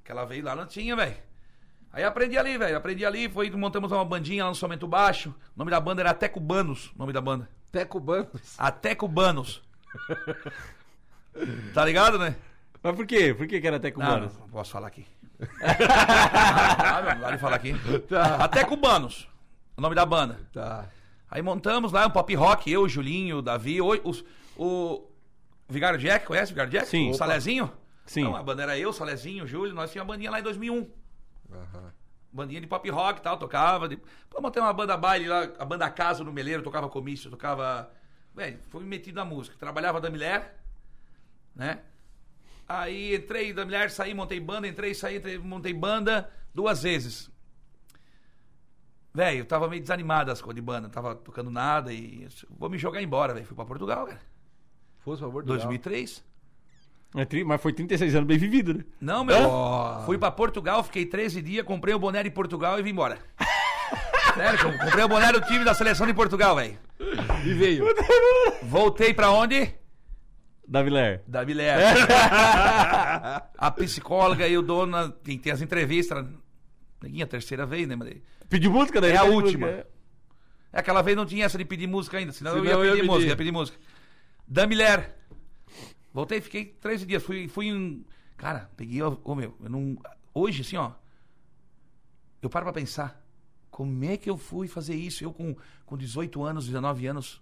Speaker 3: aquela vez lá não tinha, velho. Aí aprendi ali, velho. Aprendi ali, foi montamos uma bandinha lá no Somente Baixo. O nome da banda era Até Cubanos, o nome da banda.
Speaker 1: Até cubanos.
Speaker 3: Até Cubanos. tá ligado, né?
Speaker 2: Mas por quê? Por que que era até
Speaker 3: Não,
Speaker 2: cubano?
Speaker 3: não, não posso falar aqui. ah, meu, não dá de falar aqui.
Speaker 2: Tá.
Speaker 3: Até Cubanos, o nome da banda.
Speaker 1: Tá.
Speaker 3: Aí montamos lá um pop rock, eu, Julinho, o Davi, o, os- o Vigário Jack, conhece o Vigário Jack?
Speaker 2: Sim.
Speaker 3: O Salezinho?
Speaker 2: Sim.
Speaker 3: Não, a banda era eu, Salezinho, Júlio, nós tínhamos uma bandinha lá em 2001.
Speaker 1: Aham.
Speaker 3: Bandinha de pop rock e tal, tocava. De... Pô, montei uma banda baile lá, a banda Casa no Meleiro, tocava comício, tocava. Velho, fui metido na música. Trabalhava da mulher, né? Aí entrei da mulher, saí, montei banda, entrei, saí, entrei, montei banda duas vezes. Velho, eu tava meio desanimado as coisas de banda, não tava tocando nada e. Vou me jogar embora, velho. Fui pra Portugal, cara.
Speaker 1: Fosse favor
Speaker 3: 2003.
Speaker 2: É tri- Mas foi 36 anos bem vivido, né?
Speaker 3: Não, meu.
Speaker 1: Ó.
Speaker 3: Fui pra Portugal, fiquei 13 dias, comprei o boné de Portugal e vim embora. Sério, que eu comprei o boné do time da seleção de Portugal, velho.
Speaker 1: E veio.
Speaker 3: Voltei pra onde?
Speaker 2: Da Vilar.
Speaker 3: Da Milher. a psicóloga e o dono, tem, tem as entrevistas. Neguinha, terceira vez, né, Maria?
Speaker 2: Pediu música daí?
Speaker 3: É a
Speaker 2: Pediu
Speaker 3: última.
Speaker 2: música.
Speaker 3: É, Aquela vez não tinha essa de pedir música ainda, senão,
Speaker 1: Senão
Speaker 3: eu ia
Speaker 1: eu ia
Speaker 3: pedir
Speaker 1: pedir.
Speaker 3: música, ia pedir música. Da Miller. Voltei, fiquei 13 dias. Fui, fui em. Cara, peguei. Ô meu, eu não. Hoje, assim, ó. Eu paro pra pensar. Como é que eu fui fazer isso? Eu com, com 18 anos, 19 anos.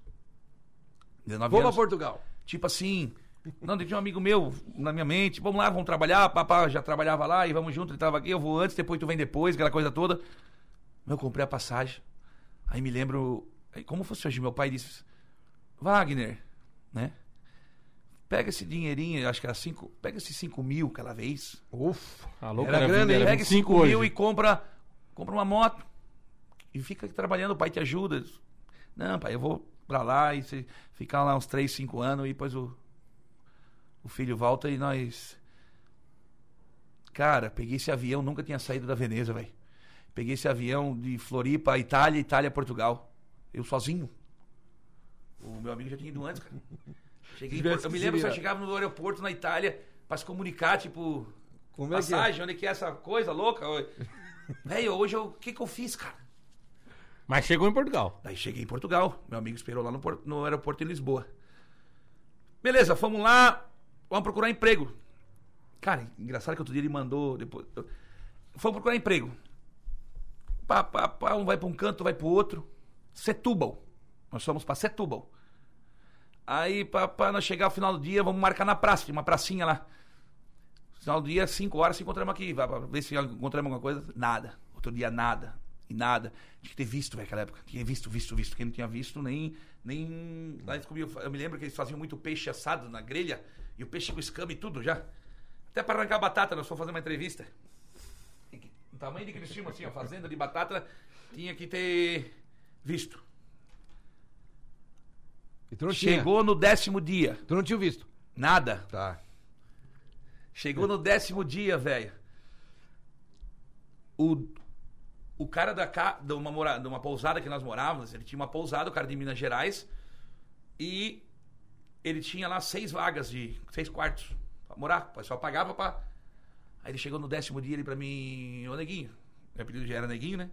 Speaker 3: 19
Speaker 1: Vou pra
Speaker 3: anos.
Speaker 1: Portugal.
Speaker 3: Tipo assim. Não, tinha um amigo meu na minha mente. Vamos lá, vamos trabalhar. Papá já trabalhava lá e vamos junto. Ele tava aqui, eu vou antes, depois tu vem depois, aquela coisa toda. Eu comprei a passagem. Aí me lembro. aí Como fosse hoje? Meu pai disse: Wagner, né? Pega esse dinheirinho, acho que era cinco. Pega esses cinco mil aquela vez.
Speaker 1: Ufa.
Speaker 2: Alô,
Speaker 1: Era
Speaker 2: cara,
Speaker 1: grana,
Speaker 2: vida,
Speaker 1: hein?
Speaker 2: Ah, né? era
Speaker 3: Pega
Speaker 2: 25
Speaker 3: cinco
Speaker 2: hoje.
Speaker 3: mil e compra, compra uma moto. E fica aqui trabalhando, o pai te ajuda. Não, pai, eu vou pra lá e você ficar lá uns 3, 5 anos e depois o, o filho volta e nós. Cara, peguei esse avião, nunca tinha saído da Veneza, velho. Peguei esse avião de Floripa, Itália, Itália, Portugal. Eu sozinho. O meu amigo já tinha ido antes, cara. Cheguei em Porto- eu me lembro se eu chegava no aeroporto na Itália pra se comunicar, tipo,
Speaker 1: Como é que é?
Speaker 3: passagem, onde que é essa coisa louca? Velho, hoje eu- o que que eu fiz, cara?
Speaker 2: Mas chegou em Portugal.
Speaker 3: Daí cheguei em Portugal, meu amigo esperou lá no, por- no aeroporto em Lisboa. Beleza, fomos lá, vamos procurar emprego. Cara, engraçado que outro dia ele mandou depois. eu- Fomos procurar emprego. Pá, pá, pá, um vai pra um canto, vai pro outro. Setúbal. Nós fomos pra Setúbal. Aí, pá, pá, nós chegar ao final do dia, vamos marcar na praça, tem uma pracinha lá. Final do dia, 5 horas, se encontramos aqui. Vai pra ver se encontramos alguma coisa. Nada. Outro dia, nada. E nada. Tinha que ter visto, velho, aquela época. Tinha visto, visto, visto. Quem não tinha visto, nem. nem... Lá eles comiam. Eu me lembro que eles faziam muito peixe assado na grelha. E o peixe com escama e tudo já. Até para arrancar batata, nós fomos fazer uma entrevista. E que- O tamanho de que eles tinham, assim, ó, fazenda de batata, tinha que ter visto.
Speaker 1: E tu não tinha?
Speaker 3: Chegou no décimo dia.
Speaker 1: Tu não tinha visto?
Speaker 3: Nada.
Speaker 1: Tá.
Speaker 3: Chegou no décimo dia, velho. O, o cara da ca- de, uma mora- de uma pousada que nós morávamos, ele tinha uma pousada, o cara de Minas Gerais, e ele tinha lá seis vagas de seis quartos pra morar, só pagava pra. Aí ele chegou no décimo dia ele pra mim, ô neguinho, meu apelido já era neguinho, né?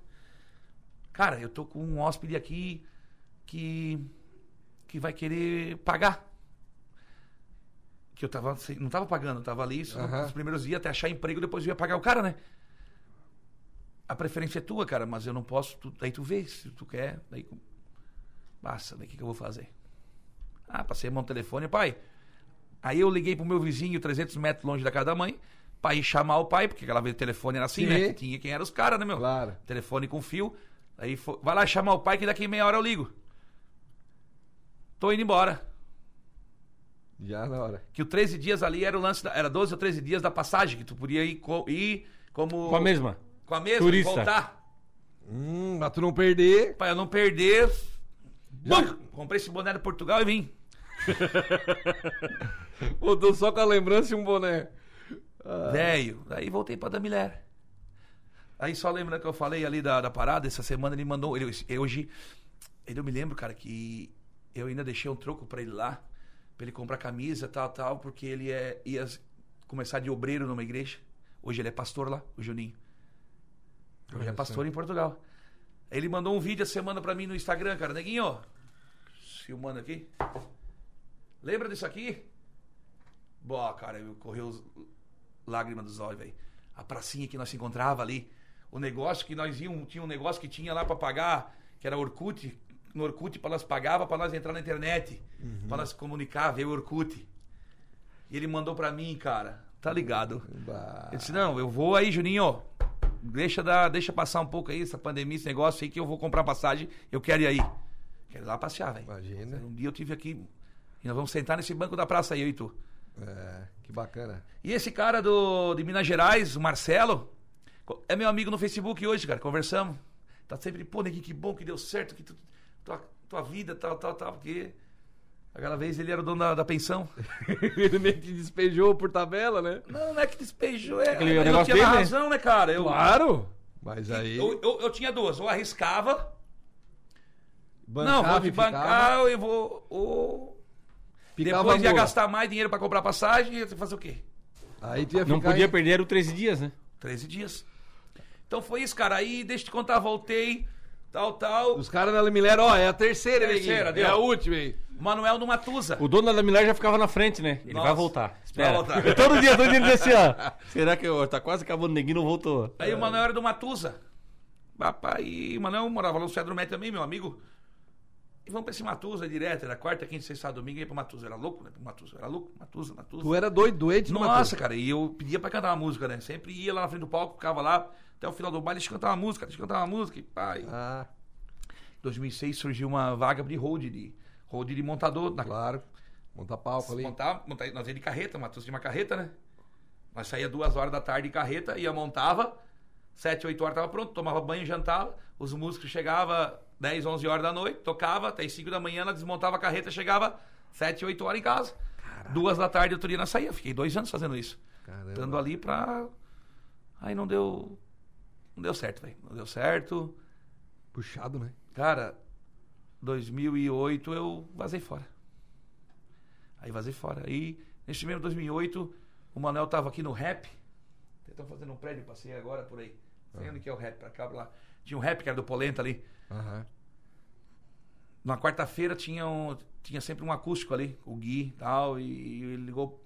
Speaker 3: Cara, eu tô com um hóspede aqui que que vai querer pagar. Que eu tava, sem- não tava pagando, eu tava ali só
Speaker 1: Aham.
Speaker 3: nos primeiros dias até achar emprego, depois eu ia pagar o cara, né? A preferência é tua, cara, mas eu não posso. tu- daí tu vê se tu quer. Daí. Basta, daí o que, que eu vou fazer? Ah, passei a mão no telefone, pai. Aí eu liguei pro meu vizinho, 300 metros longe da casa da mãe, pra ir chamar o pai, porque aquela vez o telefone era assim,
Speaker 1: Sim.
Speaker 3: né? Que tinha quem eram os caras, né, meu?
Speaker 1: Claro.
Speaker 3: Telefone com fio. Aí fo- vai lá chamar o pai que daqui meia hora eu ligo. Tô indo embora.
Speaker 1: Já na hora.
Speaker 3: Que o 13 dias ali era o lance, da, era 12 ou 13 dias da passagem, que tu podia ir, co- ir como.
Speaker 2: Com a mesma.
Speaker 3: com a mesma e
Speaker 2: turista.
Speaker 3: voltar.
Speaker 1: Hum, pra tu não perder.
Speaker 3: Pra eu não perder. Bum! Comprei esse boné de Portugal e vim.
Speaker 1: Voltou só com a lembrança e um boné.
Speaker 3: Velho. Daí voltei pra Damiler. Aí só lembra que eu falei ali da, da parada, essa semana ele mandou. Ele, eu- hoje. Ele, eu me lembro, cara, que eu ainda deixei um troco pra ele lá, pra ele comprar camisa, tal, tal, porque ele é, ia começar de obreiro numa igreja. Hoje ele é pastor lá, o Juninho. Hoje é pastor em Portugal. Ele mandou um vídeo a semana pra mim no Instagram, cara. Neguinho, filmando aqui. Lembra disso aqui? Boa, cara, eu correu os- lágrima dos olhos, velho. A pracinha que nós se encontrava ali. O negócio que nós íamos, tinha um negócio que tinha lá pra pagar, que era Orkut. No Orkut, pra nós pagava pra nós entrar na internet. Pra nós se comunicar, ver o Orkut. E ele mandou pra mim, cara. Tá ligado?
Speaker 1: Bah.
Speaker 3: Ele disse, não, eu vou aí, Juninho. Deixa, dar, deixa passar um pouco aí essa pandemia, esse negócio aí que eu vou comprar passagem. Eu quero ir aí. Quero ir lá passear, velho.
Speaker 1: Imagina.
Speaker 3: Um dia eu tive aqui. E nós vamos sentar nesse banco da praça aí, eu e tu.
Speaker 1: É, que bacana.
Speaker 3: E esse cara do, de Minas Gerais, o Marcelo, co- é meu amigo no Facebook hoje, cara. Conversamos. Tá sempre, pô, Neguinho, que bom que deu certo, que tu- tua, tua vida, tal, tal, tal, porque. Aquela vez ele era o dono da, da pensão.
Speaker 1: Ele meio que despejou por tabela, né?
Speaker 3: Não, não é que despejou, é.
Speaker 2: Aquele
Speaker 3: eu
Speaker 2: negócio
Speaker 3: tinha
Speaker 2: dele, né?
Speaker 3: razão, né, cara? Eu,
Speaker 1: Claro! Mas aí.
Speaker 3: eu, eu, eu tinha duas. Ou arriscava.
Speaker 1: bancava
Speaker 3: não, vou
Speaker 1: e
Speaker 3: te
Speaker 1: ficava,
Speaker 3: bancar, eu vou. Ou...
Speaker 1: ficava
Speaker 3: Depois ia
Speaker 1: boa.
Speaker 3: gastar mais dinheiro pra comprar passagem, ia fazer o quê?
Speaker 1: Aí tu ia
Speaker 2: Não
Speaker 1: ficar
Speaker 2: podia
Speaker 1: em-
Speaker 2: perder, eram 13 dias, né?
Speaker 3: 13 dias. Então foi isso, cara. Aí, deixa eu te contar, voltei, tal, tal.
Speaker 1: Os caras da Lemilera, ó, é a terceira,
Speaker 3: Terceira,
Speaker 1: Neguinho. É
Speaker 3: deu.
Speaker 1: a última aí.
Speaker 3: Manuel do Matusa.
Speaker 2: O dono da Miller já ficava na frente, né? Ele
Speaker 3: Nossa.
Speaker 2: vai voltar. Espera.
Speaker 3: Vai voltar.
Speaker 2: Eu todo dia, todo dia ele diz assim, ó. Será que eu, tá quase acabando o neguinho não voltou?
Speaker 3: Aí o Manuel era do Matusa. Papai, e o Manuel morava lá no Cedro Médio também, meu amigo. E vamos pra esse Matusa direto. Era quarta, quinta, sexta, domingo, ia pro Matusa. Era louco, né? Pro Matusa, era louco. Matusa, Matusa.
Speaker 1: Tu era doido, doente,
Speaker 3: Nossa, cara, e eu pedia pra cantar uma música, né? Sempre ia lá na frente do palco, ficava lá até o final do baile, deixa eu cantar uma música, deixa eu cantar uma música. E pai.
Speaker 1: Ah,
Speaker 3: 2006 surgiu uma vaga de hold, de hold de montador na
Speaker 1: claro. Monta palco ali.
Speaker 3: Montava, monta- nós ia de carreta, Matheus tinha uma carreta, né? Nós saía duas horas da tarde de carreta, ia, montava, sete, oito horas tava pronto, tomava banho, jantava, os músicos chegavam 10, 11 horas da noite, tocava, até as 5 da manhã, ela desmontava a carreta, chegava sete, oito horas em casa. Duas da tarde, outro dia nós saía, fiquei dois anos fazendo isso.
Speaker 1: Caramba.
Speaker 3: Estando ali pra... Aí não deu... Não deu certo, velho. Não deu certo.
Speaker 1: Puxado, né?
Speaker 3: Cara, 2008 eu vazei fora. Aí vazei fora. Aí, neste mesmo 2008, o Manuel tava aqui no rap. Estão fazendo um prédio, passei agora por aí. Não Sei onde que é o rap, pra cá, pra lá. Tinha um rap que era do Polenta ali.
Speaker 1: Aham.
Speaker 3: Na quarta-feira tinha, um- tinha sempre um acústico ali, o Gui e tal, e ele ligou.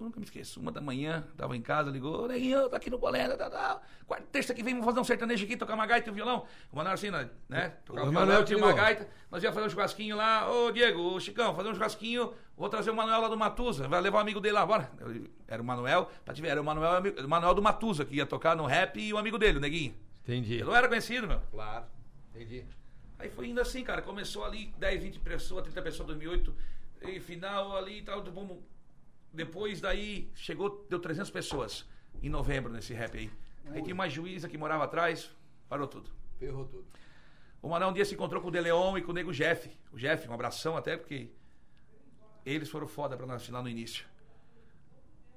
Speaker 3: eu nunca me esqueço, uma da manhã, tava em casa, ligou, Neguinho, eu tô aqui no Polenta, tal, tal. tá, Quarta, terça que vem, vamos fazer um sertanejo aqui, tocar uma gaita e um violão. O Manuel assim, né? né? Tocava
Speaker 1: O
Speaker 3: o
Speaker 1: Manuel
Speaker 3: violão,
Speaker 1: que
Speaker 3: tinha uma
Speaker 1: ligou.
Speaker 3: gaita, nós ia fazer um churrasquinho lá, ô Diego, ô Chicão, fazer um churrasquinho, vou trazer o Manuel lá do Matusa, vai levar o amigo dele lá, bora. Eu- Era o Manuel, pra te ver, era o Manuel, o Manuel do Matusa, que ia tocar no rap e o amigo dele, o Neguinho.
Speaker 1: Entendi.
Speaker 3: Ele não era conhecido, meu.
Speaker 1: Claro. Entendi.
Speaker 3: Aí foi indo assim, cara. Começou ali 10, 20 pessoas, 30 pessoas em 2008. E final ali e tal. do bom. Depois daí chegou, deu 300 pessoas em novembro nesse rap aí. Aí tinha uma juíza que morava atrás, parou tudo.
Speaker 1: Ferrou tudo.
Speaker 3: O Manuel um dia se encontrou com o Deleon e com o nego Jeff. O Jeff, um abração até, porque eles foram foda pra nós lá no início.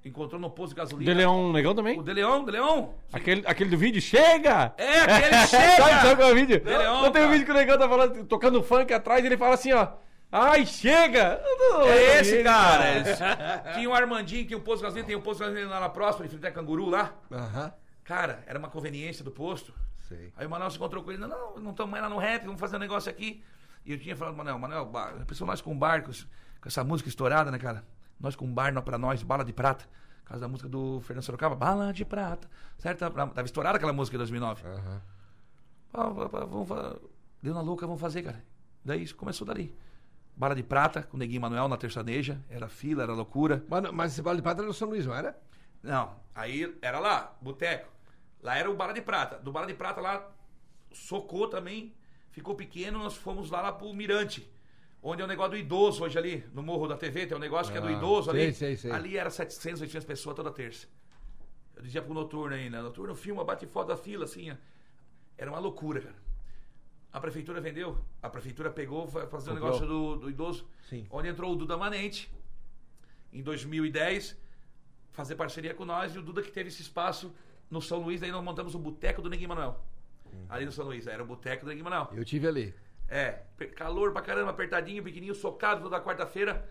Speaker 3: Encontrou no posto de
Speaker 2: O
Speaker 3: gasolina.
Speaker 2: dele é um negão também?
Speaker 3: O Deleon, Deleon!
Speaker 2: Aquele, aquele do vídeo, chega!
Speaker 3: É, aquele chega!
Speaker 2: sabe, sabe qual é o vídeo?
Speaker 3: Dele é
Speaker 2: Não,
Speaker 3: um,
Speaker 2: tem um
Speaker 3: cara.
Speaker 2: vídeo que o negão tá falando, tocando funk atrás, ele fala assim, ó. Ai, chega! Eu não lembro
Speaker 3: É esse,
Speaker 2: dele,
Speaker 3: cara.
Speaker 2: é?
Speaker 3: Esse. Tinha um Armandinho, tinha um posto de gasolina, tem um posto de gasolina lá na próxima, em frente a Canguru lá.
Speaker 1: Aham.
Speaker 3: Cara, era uma conveniência do posto.
Speaker 1: Sei.
Speaker 3: Aí o Manuel se encontrou com ele, não, não, não estamos mais lá no rap, vamos fazer um negócio aqui. E eu tinha falado, Manuel, Manuel, ba- pessoal, nós com um bar, com, esse- com essa música estourada, né, cara? Nós com bar, não pra nós, bala de prata. Por causa da música do Fernando Sorocaba, bala de prata. Certo? Tava tava estourada aquela música em 2009.
Speaker 1: Aham.
Speaker 3: Pá, pá, pá, vamos fa- Deu na louca, vamos fazer, cara. Daí isso começou dali. Bala de prata, com o Neguinho Manuel na terçaneja. Era fila, era loucura.
Speaker 1: Mas, não- mas esse Vale de Prata era no São Luís, não era?
Speaker 3: Não, aí era lá, boteco. Lá era o Bala de Prata. Do Bala de Prata lá socou também, ficou pequeno, nós fomos lá, lá pro Mirante. Onde é o negócio do idoso hoje ali, no Morro da TV, tem um negócio que é do
Speaker 1: Ah,
Speaker 3: idoso
Speaker 1: sei,
Speaker 3: ali.
Speaker 1: sei, sei.
Speaker 3: Ali era 700, 800 pessoas toda terça. Eu dizia pro noturno ainda, noturno filma, bate foto da fila, assim, ó. Era uma loucura, cara. A prefeitura vendeu, a prefeitura pegou, foi fazer
Speaker 1: Comprou.
Speaker 3: o negócio do, do idoso.
Speaker 1: Sim.
Speaker 3: Onde entrou o Duda Manente, em 2010 fazer parceria com nós e o Duda que teve esse espaço no São Luís, daí nós montamos o Boteco do Neguinho Manuel. Ali no São Luís, era o Boteco do Neguinho Manuel.
Speaker 1: Eu tive ali.
Speaker 3: É, pe- calor pra caramba, apertadinho, biquininho socado toda quarta-feira.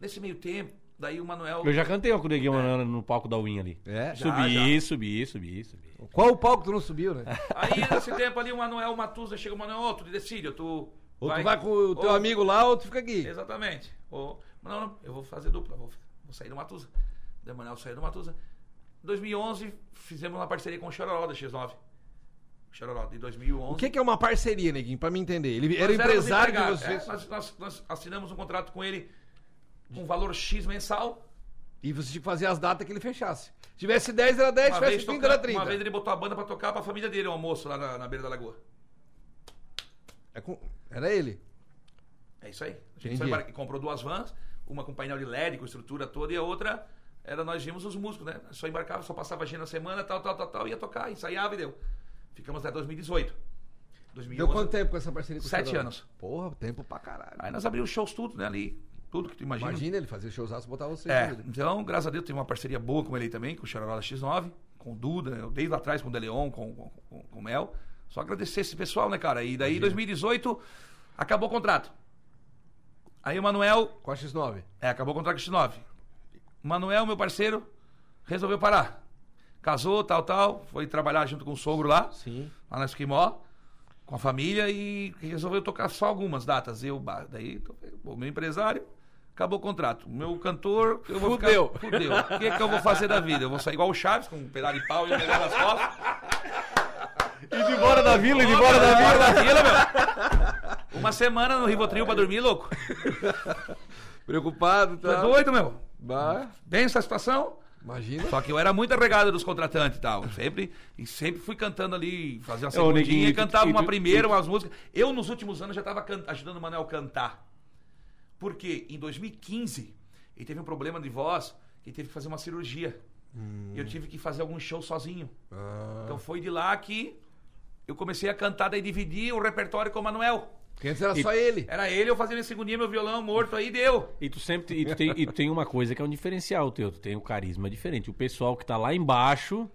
Speaker 3: Nesse meio tempo, daí o Manuel.
Speaker 2: Eu já cantei ó, com o Neguinho Manoel no palco da Unha ali.
Speaker 1: É.
Speaker 3: É. Já,
Speaker 2: Subi, subi, subi, subi.
Speaker 1: Qual o palco que tu não subiu, né?
Speaker 3: Aí nesse tempo ali o Manuel Matusa chega o Manuel, ô, tu decide, tu.
Speaker 1: Ou tu vai com o teu
Speaker 3: ou-
Speaker 1: amigo lá ou tu fica aqui.
Speaker 3: Exatamente. Ou, não, não, eu vou fazer dupla, vou, vou sair do Matusa. Daí o Manuel saiu do Matusa. Em 2011, fizemos uma parceria com o Chororó da X9. Chororó, de 2011.
Speaker 1: O que, que é uma parceria, Neguinho, pra me entender? Ele era
Speaker 3: Nós éramos
Speaker 1: empresário de
Speaker 3: empregados,
Speaker 1: vocês
Speaker 3: é, nós, nós- nós assinamos um contrato com ele com um valor X mensal.
Speaker 1: e você tinha que fazer as datas que ele fechasse. Se tivesse 10, era 10,
Speaker 3: Uma
Speaker 1: se tivesse
Speaker 3: vez,
Speaker 1: 30,
Speaker 3: tocando-
Speaker 1: era 30.
Speaker 3: uma vez ele botou a banda pra tocar pra família dele, o almoço lá na, na beira da lagoa.
Speaker 1: É com- Era ele.
Speaker 3: É isso aí. A gente
Speaker 1: Entendi.
Speaker 3: foi para- comprou duas vans, uma com painel de LED, com estrutura toda, e a outra era nós vimos os músicos, né? Só embarcava, só passava agenda na semana, tal, tal, tal, tal, ia tocar, ensaiava e deu. Ficamos até 2018. 2011.
Speaker 1: Deu quanto tempo com essa parceria com o
Speaker 3: Sete
Speaker 1: Chorão?
Speaker 3: anos.
Speaker 1: Porra, tempo pra caralho.
Speaker 3: Aí nós abrimos shows tudo, né? Ali, tudo que tu imagina.
Speaker 1: Imagina ele fazer showzaço e botar você.
Speaker 3: É,
Speaker 1: em dúvida.
Speaker 3: então, graças a Deus, tem uma parceria boa com ele aí também, com o Chororó da X9, com o Duda, né? desde lá atrás com o Deleon, com, com, com- com o Mel. Só agradecer esse pessoal, né, cara? E daí, em 2018, acabou o contrato. Aí o Manuel
Speaker 1: Com a X9.
Speaker 3: é, acabou o contrato com o X9. Manuel, meu parceiro, resolveu parar. Casou, tal, tal. Foi trabalhar junto com o sogro lá,
Speaker 1: Sim.
Speaker 3: lá na Esquimó, com a família e resolveu tocar só algumas datas. Eu, bah, daí, tô- o meu empresário, acabou o contrato. O meu cantor, eu vou
Speaker 1: Fudeu.
Speaker 3: ficar... Fudeu. O que, é que eu vou fazer da vida? Eu vou sair igual o Chaves, com um pedaço de pau e um pedaço nas costas.
Speaker 2: Indo embora da vila, indo embora da vila.
Speaker 3: Fora da vila, meu. Uma semana no Rivotril pra dormir, louco.
Speaker 1: Preocupado,
Speaker 3: Tu é
Speaker 1: tá?
Speaker 3: doido, meu.
Speaker 1: Bah,
Speaker 3: Pensa a situação.
Speaker 1: imagina.
Speaker 3: Só que eu era muito arregado dos contratantes e tal. Sempre, e sempre fui cantando ali, fazia uma
Speaker 2: Ô, Neguinho,
Speaker 3: segundinha,
Speaker 2: e tu-
Speaker 3: cantava
Speaker 2: e tu-
Speaker 3: uma primeira,
Speaker 2: e tu-
Speaker 3: umas músicas. Eu, nos últimos anos, já estava ajudando o Manuel a cantar. Porque em 2015, ele teve um problema de voz, ele teve que fazer uma cirurgia. E Eu tive que fazer algum show sozinho.
Speaker 1: Ah,
Speaker 3: Então foi de lá que eu comecei a cantar, daí dividi o repertório com o Manuel.
Speaker 1: porque antes era só ele.
Speaker 3: Era ele, eu fazia minha segundinha, meu violão morto aí, deu.
Speaker 2: E tu sempre e tu tem, e tu tem uma coisa que é um diferencial teu, tu tem um carisma diferente. O pessoal que tá lá embaixo,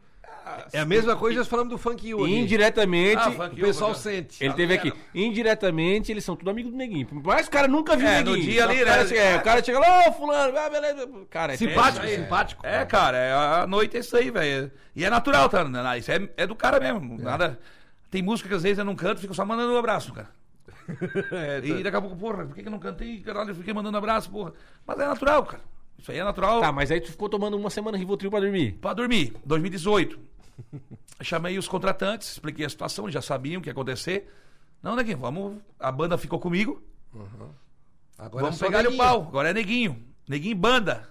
Speaker 1: É a mesma coisa que nós falamos do Funk U. aqui.
Speaker 2: indiretamente,
Speaker 3: Ah, funk né?
Speaker 1: O pessoal
Speaker 3: eu-
Speaker 1: sente.
Speaker 2: ele teve aqui, indiretamente, eles são tudo amigos do Neguinho. Por mais que o cara nunca viu
Speaker 3: É,
Speaker 2: o
Speaker 3: no
Speaker 2: Neguinho.
Speaker 3: dia ali,
Speaker 2: o cara,
Speaker 3: né?
Speaker 2: chega- é, o cara chega lá, ô fulano, ah, beleza. Cara, é
Speaker 1: Simpático,
Speaker 3: É isso aí,
Speaker 1: simpático.
Speaker 3: É, cara, é, a noite é isso aí, velho. E é natural, tá? Não, não, Isso é, é do cara mesmo. Nada. Tem música que às vezes eu não canto, fico só mandando um abraço, cara.
Speaker 1: É,
Speaker 3: E daqui a pouco, porra, por que, que eu não cantei? Caralho, eu fiquei mandando abraço, porra. Mas é natural, cara. Isso aí é natural
Speaker 2: Tá, mas aí tu ficou tomando uma semana Rivotril pra dormir.
Speaker 3: pra dormir. 2018. Chamei os contratantes, expliquei a situação, eles já sabiam o que ia acontecer. Não, Neguinho, vamos. A banda ficou comigo.
Speaker 1: Agora
Speaker 3: Vamos
Speaker 1: é só
Speaker 3: pegar o
Speaker 1: neguinho.
Speaker 3: pau. Agora é neguinho. Neguinho banda.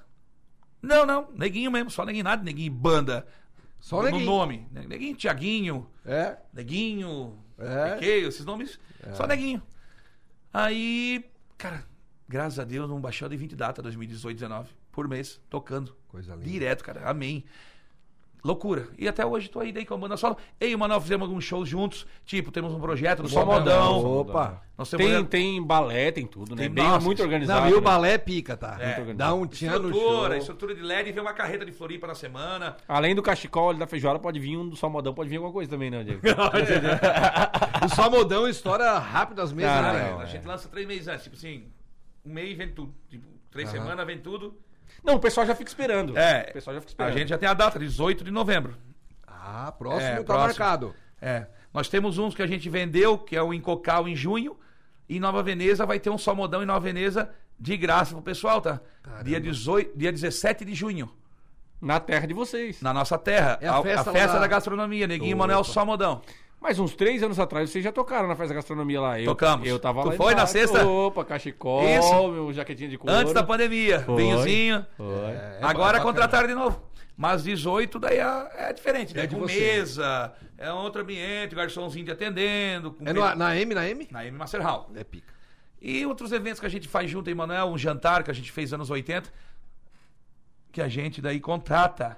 Speaker 3: Não, não. Neguinho mesmo. Só neguinho nada. Neguinho banda.
Speaker 1: Só
Speaker 3: no
Speaker 1: neguinho.
Speaker 3: nome. Neguinho, Tiaguinho,
Speaker 1: É.
Speaker 3: Neguinho,
Speaker 1: É.
Speaker 3: Pequeio, esses nomes. Só neguinho. Aí, cara, graças a Deus não baixou de 20 data 2018, 19 por mês, tocando.
Speaker 1: Coisa linda.
Speaker 3: Direto, cara. Amém. Loucura. E até hoje tô aí daí com a banda solo. Eu e o Manuel fizemos alguns shows juntos. Tipo, temos um projeto do Salmodão.
Speaker 1: Opa.
Speaker 3: Nós temos um
Speaker 1: um
Speaker 2: Tem, tem balé, tem tudo, né?
Speaker 3: Tem-
Speaker 2: Bem,
Speaker 3: nossa,
Speaker 2: muito organizado.
Speaker 1: Não, e o
Speaker 2: né?
Speaker 1: balé pica, tá?
Speaker 3: É.
Speaker 1: Dá um tchan no show.
Speaker 3: estrutura, estrutura de LED e vem uma carreta de Floripa na semana.
Speaker 2: Além do cachecol ali da feijoada, pode vir um do salmodão, pode vir alguma coisa também, né, Diego?
Speaker 1: O Salmodão estoura rápido as mesas,
Speaker 2: Ah,
Speaker 1: né?
Speaker 2: não,
Speaker 3: a
Speaker 2: é.
Speaker 3: gente lança três meses antes, tipo assim, um mês vem tudo. Tipo, três
Speaker 1: Aham.
Speaker 3: semanas vem tudo.
Speaker 2: Não, o pessoal já fica esperando.
Speaker 3: É.
Speaker 2: O pessoal já fica
Speaker 3: A
Speaker 2: esperando.
Speaker 3: gente já tem a data, 18 de novembro.
Speaker 1: Ah, próximo
Speaker 3: É,
Speaker 1: tá
Speaker 3: próximo.
Speaker 1: marcado.
Speaker 3: É. Nós temos uns que a gente vendeu, que é o Incocal em junho. Em Nova Veneza vai ter um Salmodão em Nova Veneza de graça pro pessoal, tá? Dia, 18, dia 17 de junho,
Speaker 2: Na terra de vocês.
Speaker 3: na nossa terra.
Speaker 1: É a festa lá da-
Speaker 3: da... gastronomia, Neguinho
Speaker 1: Opa.
Speaker 3: Manuel Salmodão.
Speaker 2: Mas uns três anos atrás vocês já tocaram na festa da gastronomia lá. Eu,
Speaker 3: Tocamos.
Speaker 2: Eu tava
Speaker 3: Tu
Speaker 2: lá.
Speaker 3: foi na
Speaker 2: embaixo.
Speaker 3: sexta?
Speaker 2: Opa, cachecol,
Speaker 3: Isso.
Speaker 2: meu jaquetinha de couro.
Speaker 3: Antes da pandemia,
Speaker 2: Foi.
Speaker 3: vinhozinho.
Speaker 2: Foi.
Speaker 1: É,
Speaker 3: Agora
Speaker 1: bacana.
Speaker 3: contrataram de novo. Mas 18 daí é, é diferente, né?
Speaker 1: É de
Speaker 3: com
Speaker 1: você.
Speaker 3: mesa, é outro ambiente, garçomzinho te atendendo. Com
Speaker 1: É no- na M, na M?
Speaker 3: na M Master Hall.
Speaker 1: É pica.
Speaker 3: E outros eventos que a gente faz junto, hein, Manuel? Um jantar que a gente fez anos 80, que a gente daí contrata.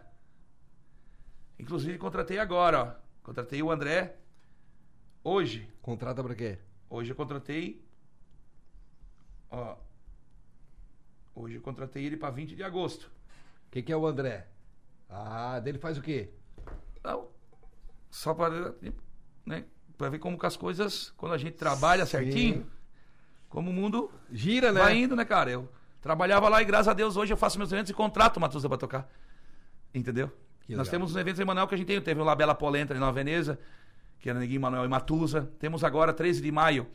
Speaker 3: Inclusive, contratei agora, ó. Contratei o André hoje.
Speaker 1: Contrata pra quê?
Speaker 3: Hoje eu contratei. Ó. Hoje Hoje eu contratei ele pra 20 de agosto.
Speaker 1: Quem que é o André? Ah, dele faz o quê?
Speaker 3: Então, só para né, pra ver como que as coisas, quando a gente trabalha certinho, como o mundo
Speaker 1: Gira, né?
Speaker 3: vai indo, né, cara? Eu trabalhava lá e graças a Deus hoje eu faço meus eventos e contrato o Matusa pra tocar. Entendeu?
Speaker 1: Que
Speaker 3: Nós
Speaker 1: legal.
Speaker 3: temos um evento semanal que a gente tem. Teve o Labela Polenta ali na Veneza, que era Neguinho Manuel e Matusa. Temos agora, 13 de maio,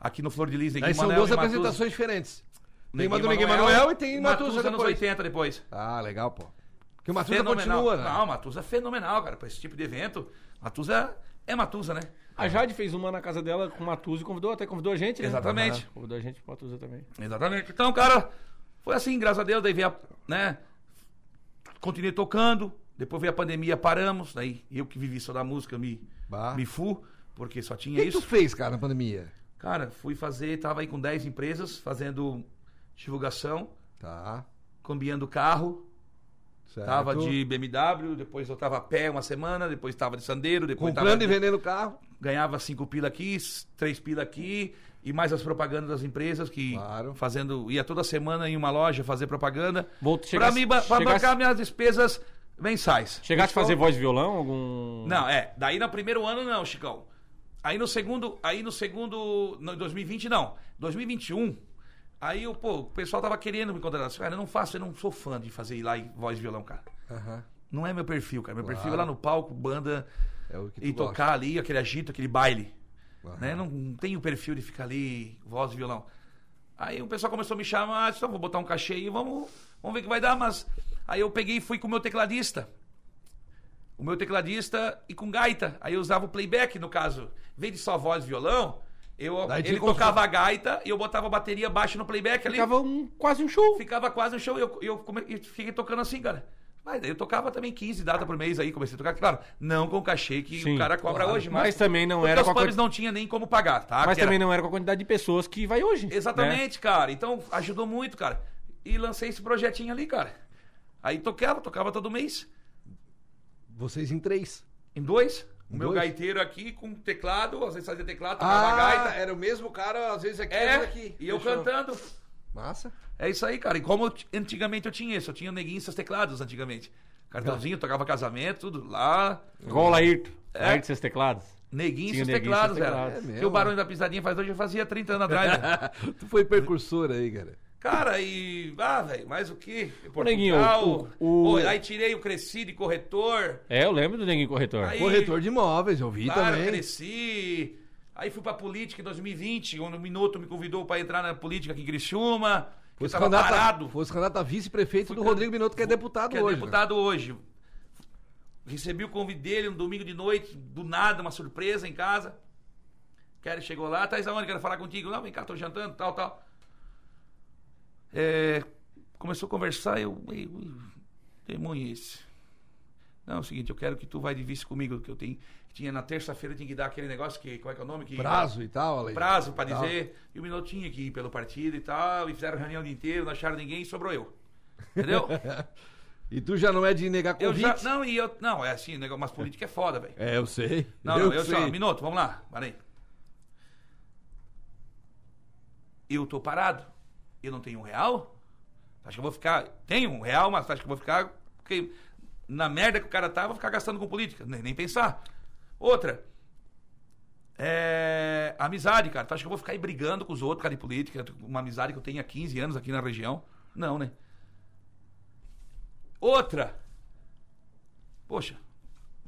Speaker 3: aqui no Flor de Lis, Neguinho
Speaker 1: Aí são
Speaker 3: Manoel
Speaker 1: duas
Speaker 3: e Matusa.
Speaker 1: apresentações diferentes. Tem uma do Miguel Manuel e tem Matusa
Speaker 3: anos
Speaker 1: depois.
Speaker 3: 80 depois.
Speaker 1: Ah, legal, pô. Porque o Matusa
Speaker 3: Fenomenal.
Speaker 1: continua, né?
Speaker 3: Não, Matusa é fenomenal, cara, pra esse tipo de evento. Matusa é Matusa, né?
Speaker 2: A Jade fez uma na casa dela com o Matuso e convidou, até convidou a gente, né?
Speaker 3: Exatamente.
Speaker 2: Aham, Convidou a gente pro Matuso também.
Speaker 3: Exatamente. Então, cara, foi assim, graças a Deus, daí veio a, né? Continuei tocando, depois veio a pandemia, paramos, daí eu que vivi só da música, me,
Speaker 1: Bah.
Speaker 3: me fu, porque só
Speaker 1: O
Speaker 3: tinha
Speaker 1: que, que
Speaker 3: isso.
Speaker 1: Ah. tu fez, cara, na pandemia?
Speaker 3: Cara, fui fazer, tava aí com 10 empresas, fazendo divulgação,
Speaker 1: Tá,
Speaker 3: cambiando carro,
Speaker 1: certo.
Speaker 3: tava de BMW, depois eu tava a pé uma semana, depois tava de sandeiro, depois
Speaker 1: Comprando
Speaker 3: tava...
Speaker 1: e vendendo carro.
Speaker 3: ganhava cinco pila aqui, s- três pila aqui, e mais as propagandas das empresas que
Speaker 1: Claro.
Speaker 3: fazendo. ia toda semana em uma loja fazer propaganda.
Speaker 2: Volta-
Speaker 3: Pra,
Speaker 2: chegasse-
Speaker 3: me, ba- pra
Speaker 2: chegasse-
Speaker 3: bancar minhas despesas mensais.
Speaker 2: Chegaste a fazer voz e violão? Algum.
Speaker 3: Não, é. Daí no primeiro ano não, Chicão. Aí no segundo, aí no segundo, no 2020 não. 2021, aí eu, pô, o pessoal tava querendo me contratar. Eu disse, Cara, eu não faço, eu não sou fã de fazer ir lá e voz e violão, cara.
Speaker 1: Aham.
Speaker 3: Não é meu perfil, cara. Meu perfil é lá no palco, banda,
Speaker 1: É o que tu
Speaker 3: e
Speaker 1: gosta.
Speaker 3: tocar ali, aquele agito, aquele baile.
Speaker 1: Aham.
Speaker 3: Né? Não, não tem o perfil de ficar ali, voz e violão. Aí o pessoal começou a me chamar, disse, "Então, vou botar um cachê aí, vamos, vamos ver o que vai dar, mas... Aí eu peguei e fui com o meu tecladista. O meu tecladista e com gaita. Aí eu usava o playback, no caso. Em vez de só voz e violão, eu,
Speaker 1: Daí te
Speaker 3: ele
Speaker 1: confu-
Speaker 3: tocava a gaita e eu botava a bateria baixo no playback ali
Speaker 2: Ficava um- quase um show.
Speaker 3: ficava quase no show e eu, eu, come- eu fiquei tocando assim, cara. Mas eu tocava também 15 datas por mês aí, comecei a tocar, claro, não com o cachê que
Speaker 2: Sim,
Speaker 3: o cara cobra
Speaker 2: claro.
Speaker 3: hoje,
Speaker 2: Mas também não
Speaker 3: porque
Speaker 2: era
Speaker 3: os
Speaker 2: com a
Speaker 3: pubs
Speaker 2: quanti-
Speaker 3: não tinha nem como pagar, tá?
Speaker 2: Mas
Speaker 3: Que era-
Speaker 2: também não era com a quantidade de pessoas que vai hoje. né?
Speaker 3: Exatamente, cara. Então ajudou muito, cara. E lancei esse projetinho ali, cara. Aí tocava, tocava todo mês,
Speaker 1: Vocês em três.
Speaker 3: em dois. O meu
Speaker 1: Dois?
Speaker 3: gaiteiro aqui com teclado, às vezes fazia teclado,
Speaker 1: Ah!
Speaker 3: tocava gaita.
Speaker 1: era o mesmo cara, às vezes aqui,
Speaker 3: É,
Speaker 1: às vezes é, aqui.
Speaker 3: e eu
Speaker 1: Deixa
Speaker 3: cantando.
Speaker 1: Massa.
Speaker 3: É isso aí, cara. E como eu ti- antigamente eu tinha isso, eu tinha neguinho esses teclados antigamente.
Speaker 2: É.
Speaker 3: Cartãozinho, tocava casamento, tudo lá.
Speaker 2: Igual o Laírto.
Speaker 3: É.
Speaker 2: Laírto e seus teclados.
Speaker 3: Neguinho
Speaker 2: Tinha
Speaker 3: esses
Speaker 2: Neguinho,
Speaker 3: teclados,
Speaker 2: esses
Speaker 3: cara.
Speaker 2: teclados.
Speaker 1: É
Speaker 3: que
Speaker 1: mesmo.
Speaker 3: o Barulho da Pisadinha faz hoje, eu fazia 30 anos atrás. né?
Speaker 1: tu foi precursor aí, cara.
Speaker 3: cara, e. Ah, velho, mais o que? Portugal.
Speaker 2: Neguinho, o- o-
Speaker 3: Pô, aí tirei o Cresci de corretor.
Speaker 2: É, eu lembro do Neguinho Corretor.
Speaker 3: Aí- E-
Speaker 1: Corretor de imóveis, eu vi
Speaker 3: Claro,
Speaker 1: também.
Speaker 3: cresci. Aí fui pra política em 2020, onde o Minuto me convidou pra entrar na política aqui em Criciúma. que Eu
Speaker 1: Fosse
Speaker 3: tava
Speaker 2: tá
Speaker 1: candidato,
Speaker 3: parado.
Speaker 1: a, fosse candidato a vice-prefeito
Speaker 3: Fui
Speaker 1: do
Speaker 3: can-
Speaker 1: Rodrigo Minotto, que é deputado
Speaker 3: que é
Speaker 1: hoje. né?
Speaker 3: deputado hoje. Recebi o convite dele um domingo de noite, do nada, uma surpresa em casa. Cara, chegou lá, Thaís, aonde? Quero falar contigo. Não, vem cá, tô jantando, tal, tal. É, começou a conversar, eu... ei, ui, Demônio é esse. Não, é o seguinte, eu quero que tu vai de vice comigo, que eu tenho... Tinha na terça-feira, tinha que dar aquele negócio que... Qual é que é o nome? Que,
Speaker 1: Prazo e tal, Ale.
Speaker 3: prazo pra
Speaker 1: Tal.
Speaker 3: dizer. E o Minuto tinha que ir pelo partido e tal. E fizeram reunião o dia inteiro, não acharam ninguém e sobrou eu. Entendeu?
Speaker 1: E tu já não é de negar
Speaker 3: Eu
Speaker 1: convite?
Speaker 3: já, não, e eu. Não, é assim, negócio, mas política é foda, velho.
Speaker 1: É, eu sei.
Speaker 3: Não, não, eu
Speaker 1: sei.
Speaker 3: só. Minuto, vamos lá, parei. Eu tô parado. Eu não tenho um real? Acho que eu vou ficar. Tenho um real, mas acho que eu vou ficar. Porque na merda que o cara tá, eu vou ficar gastando com política. Nem, nem pensar. Outra. É. Amizade, cara. Tu acha que eu vou ficar aí brigando com os outros, cara, de política? Uma amizade que eu tenho há 15 anos aqui na região? Não, né? Outra. Poxa,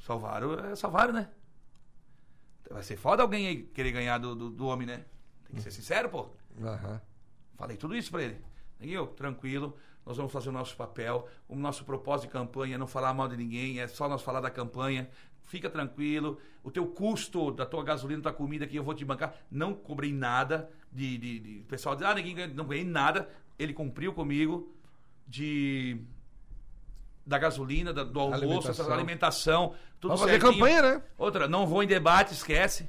Speaker 3: salvaram, é salvaram, né? Vai ser foda alguém aí querer ganhar do, do, do homem, né? Tem que ser sincero, pô.
Speaker 1: Aham.
Speaker 3: Falei tudo isso pra ele. Neguinho, tranquilo, nós vamos fazer o nosso papel. O nosso propósito de campanha é não falar mal de ninguém, é só nós falar da campanha. Fica tranquilo. O teu custo da tua gasolina, da tua comida que eu vou te bancar. Não cobrei nada. De, de, de- O pessoal diz, ah, neguinho, ganha- não ganhei nada. Ele cumpriu comigo de. Da gasolina, da- do almoço,
Speaker 1: Alimentação.
Speaker 3: essa alimentação, tudo
Speaker 1: Vamos fazer
Speaker 3: certinho.
Speaker 1: campanha, né?
Speaker 3: Outra, não vou em debate, esquece.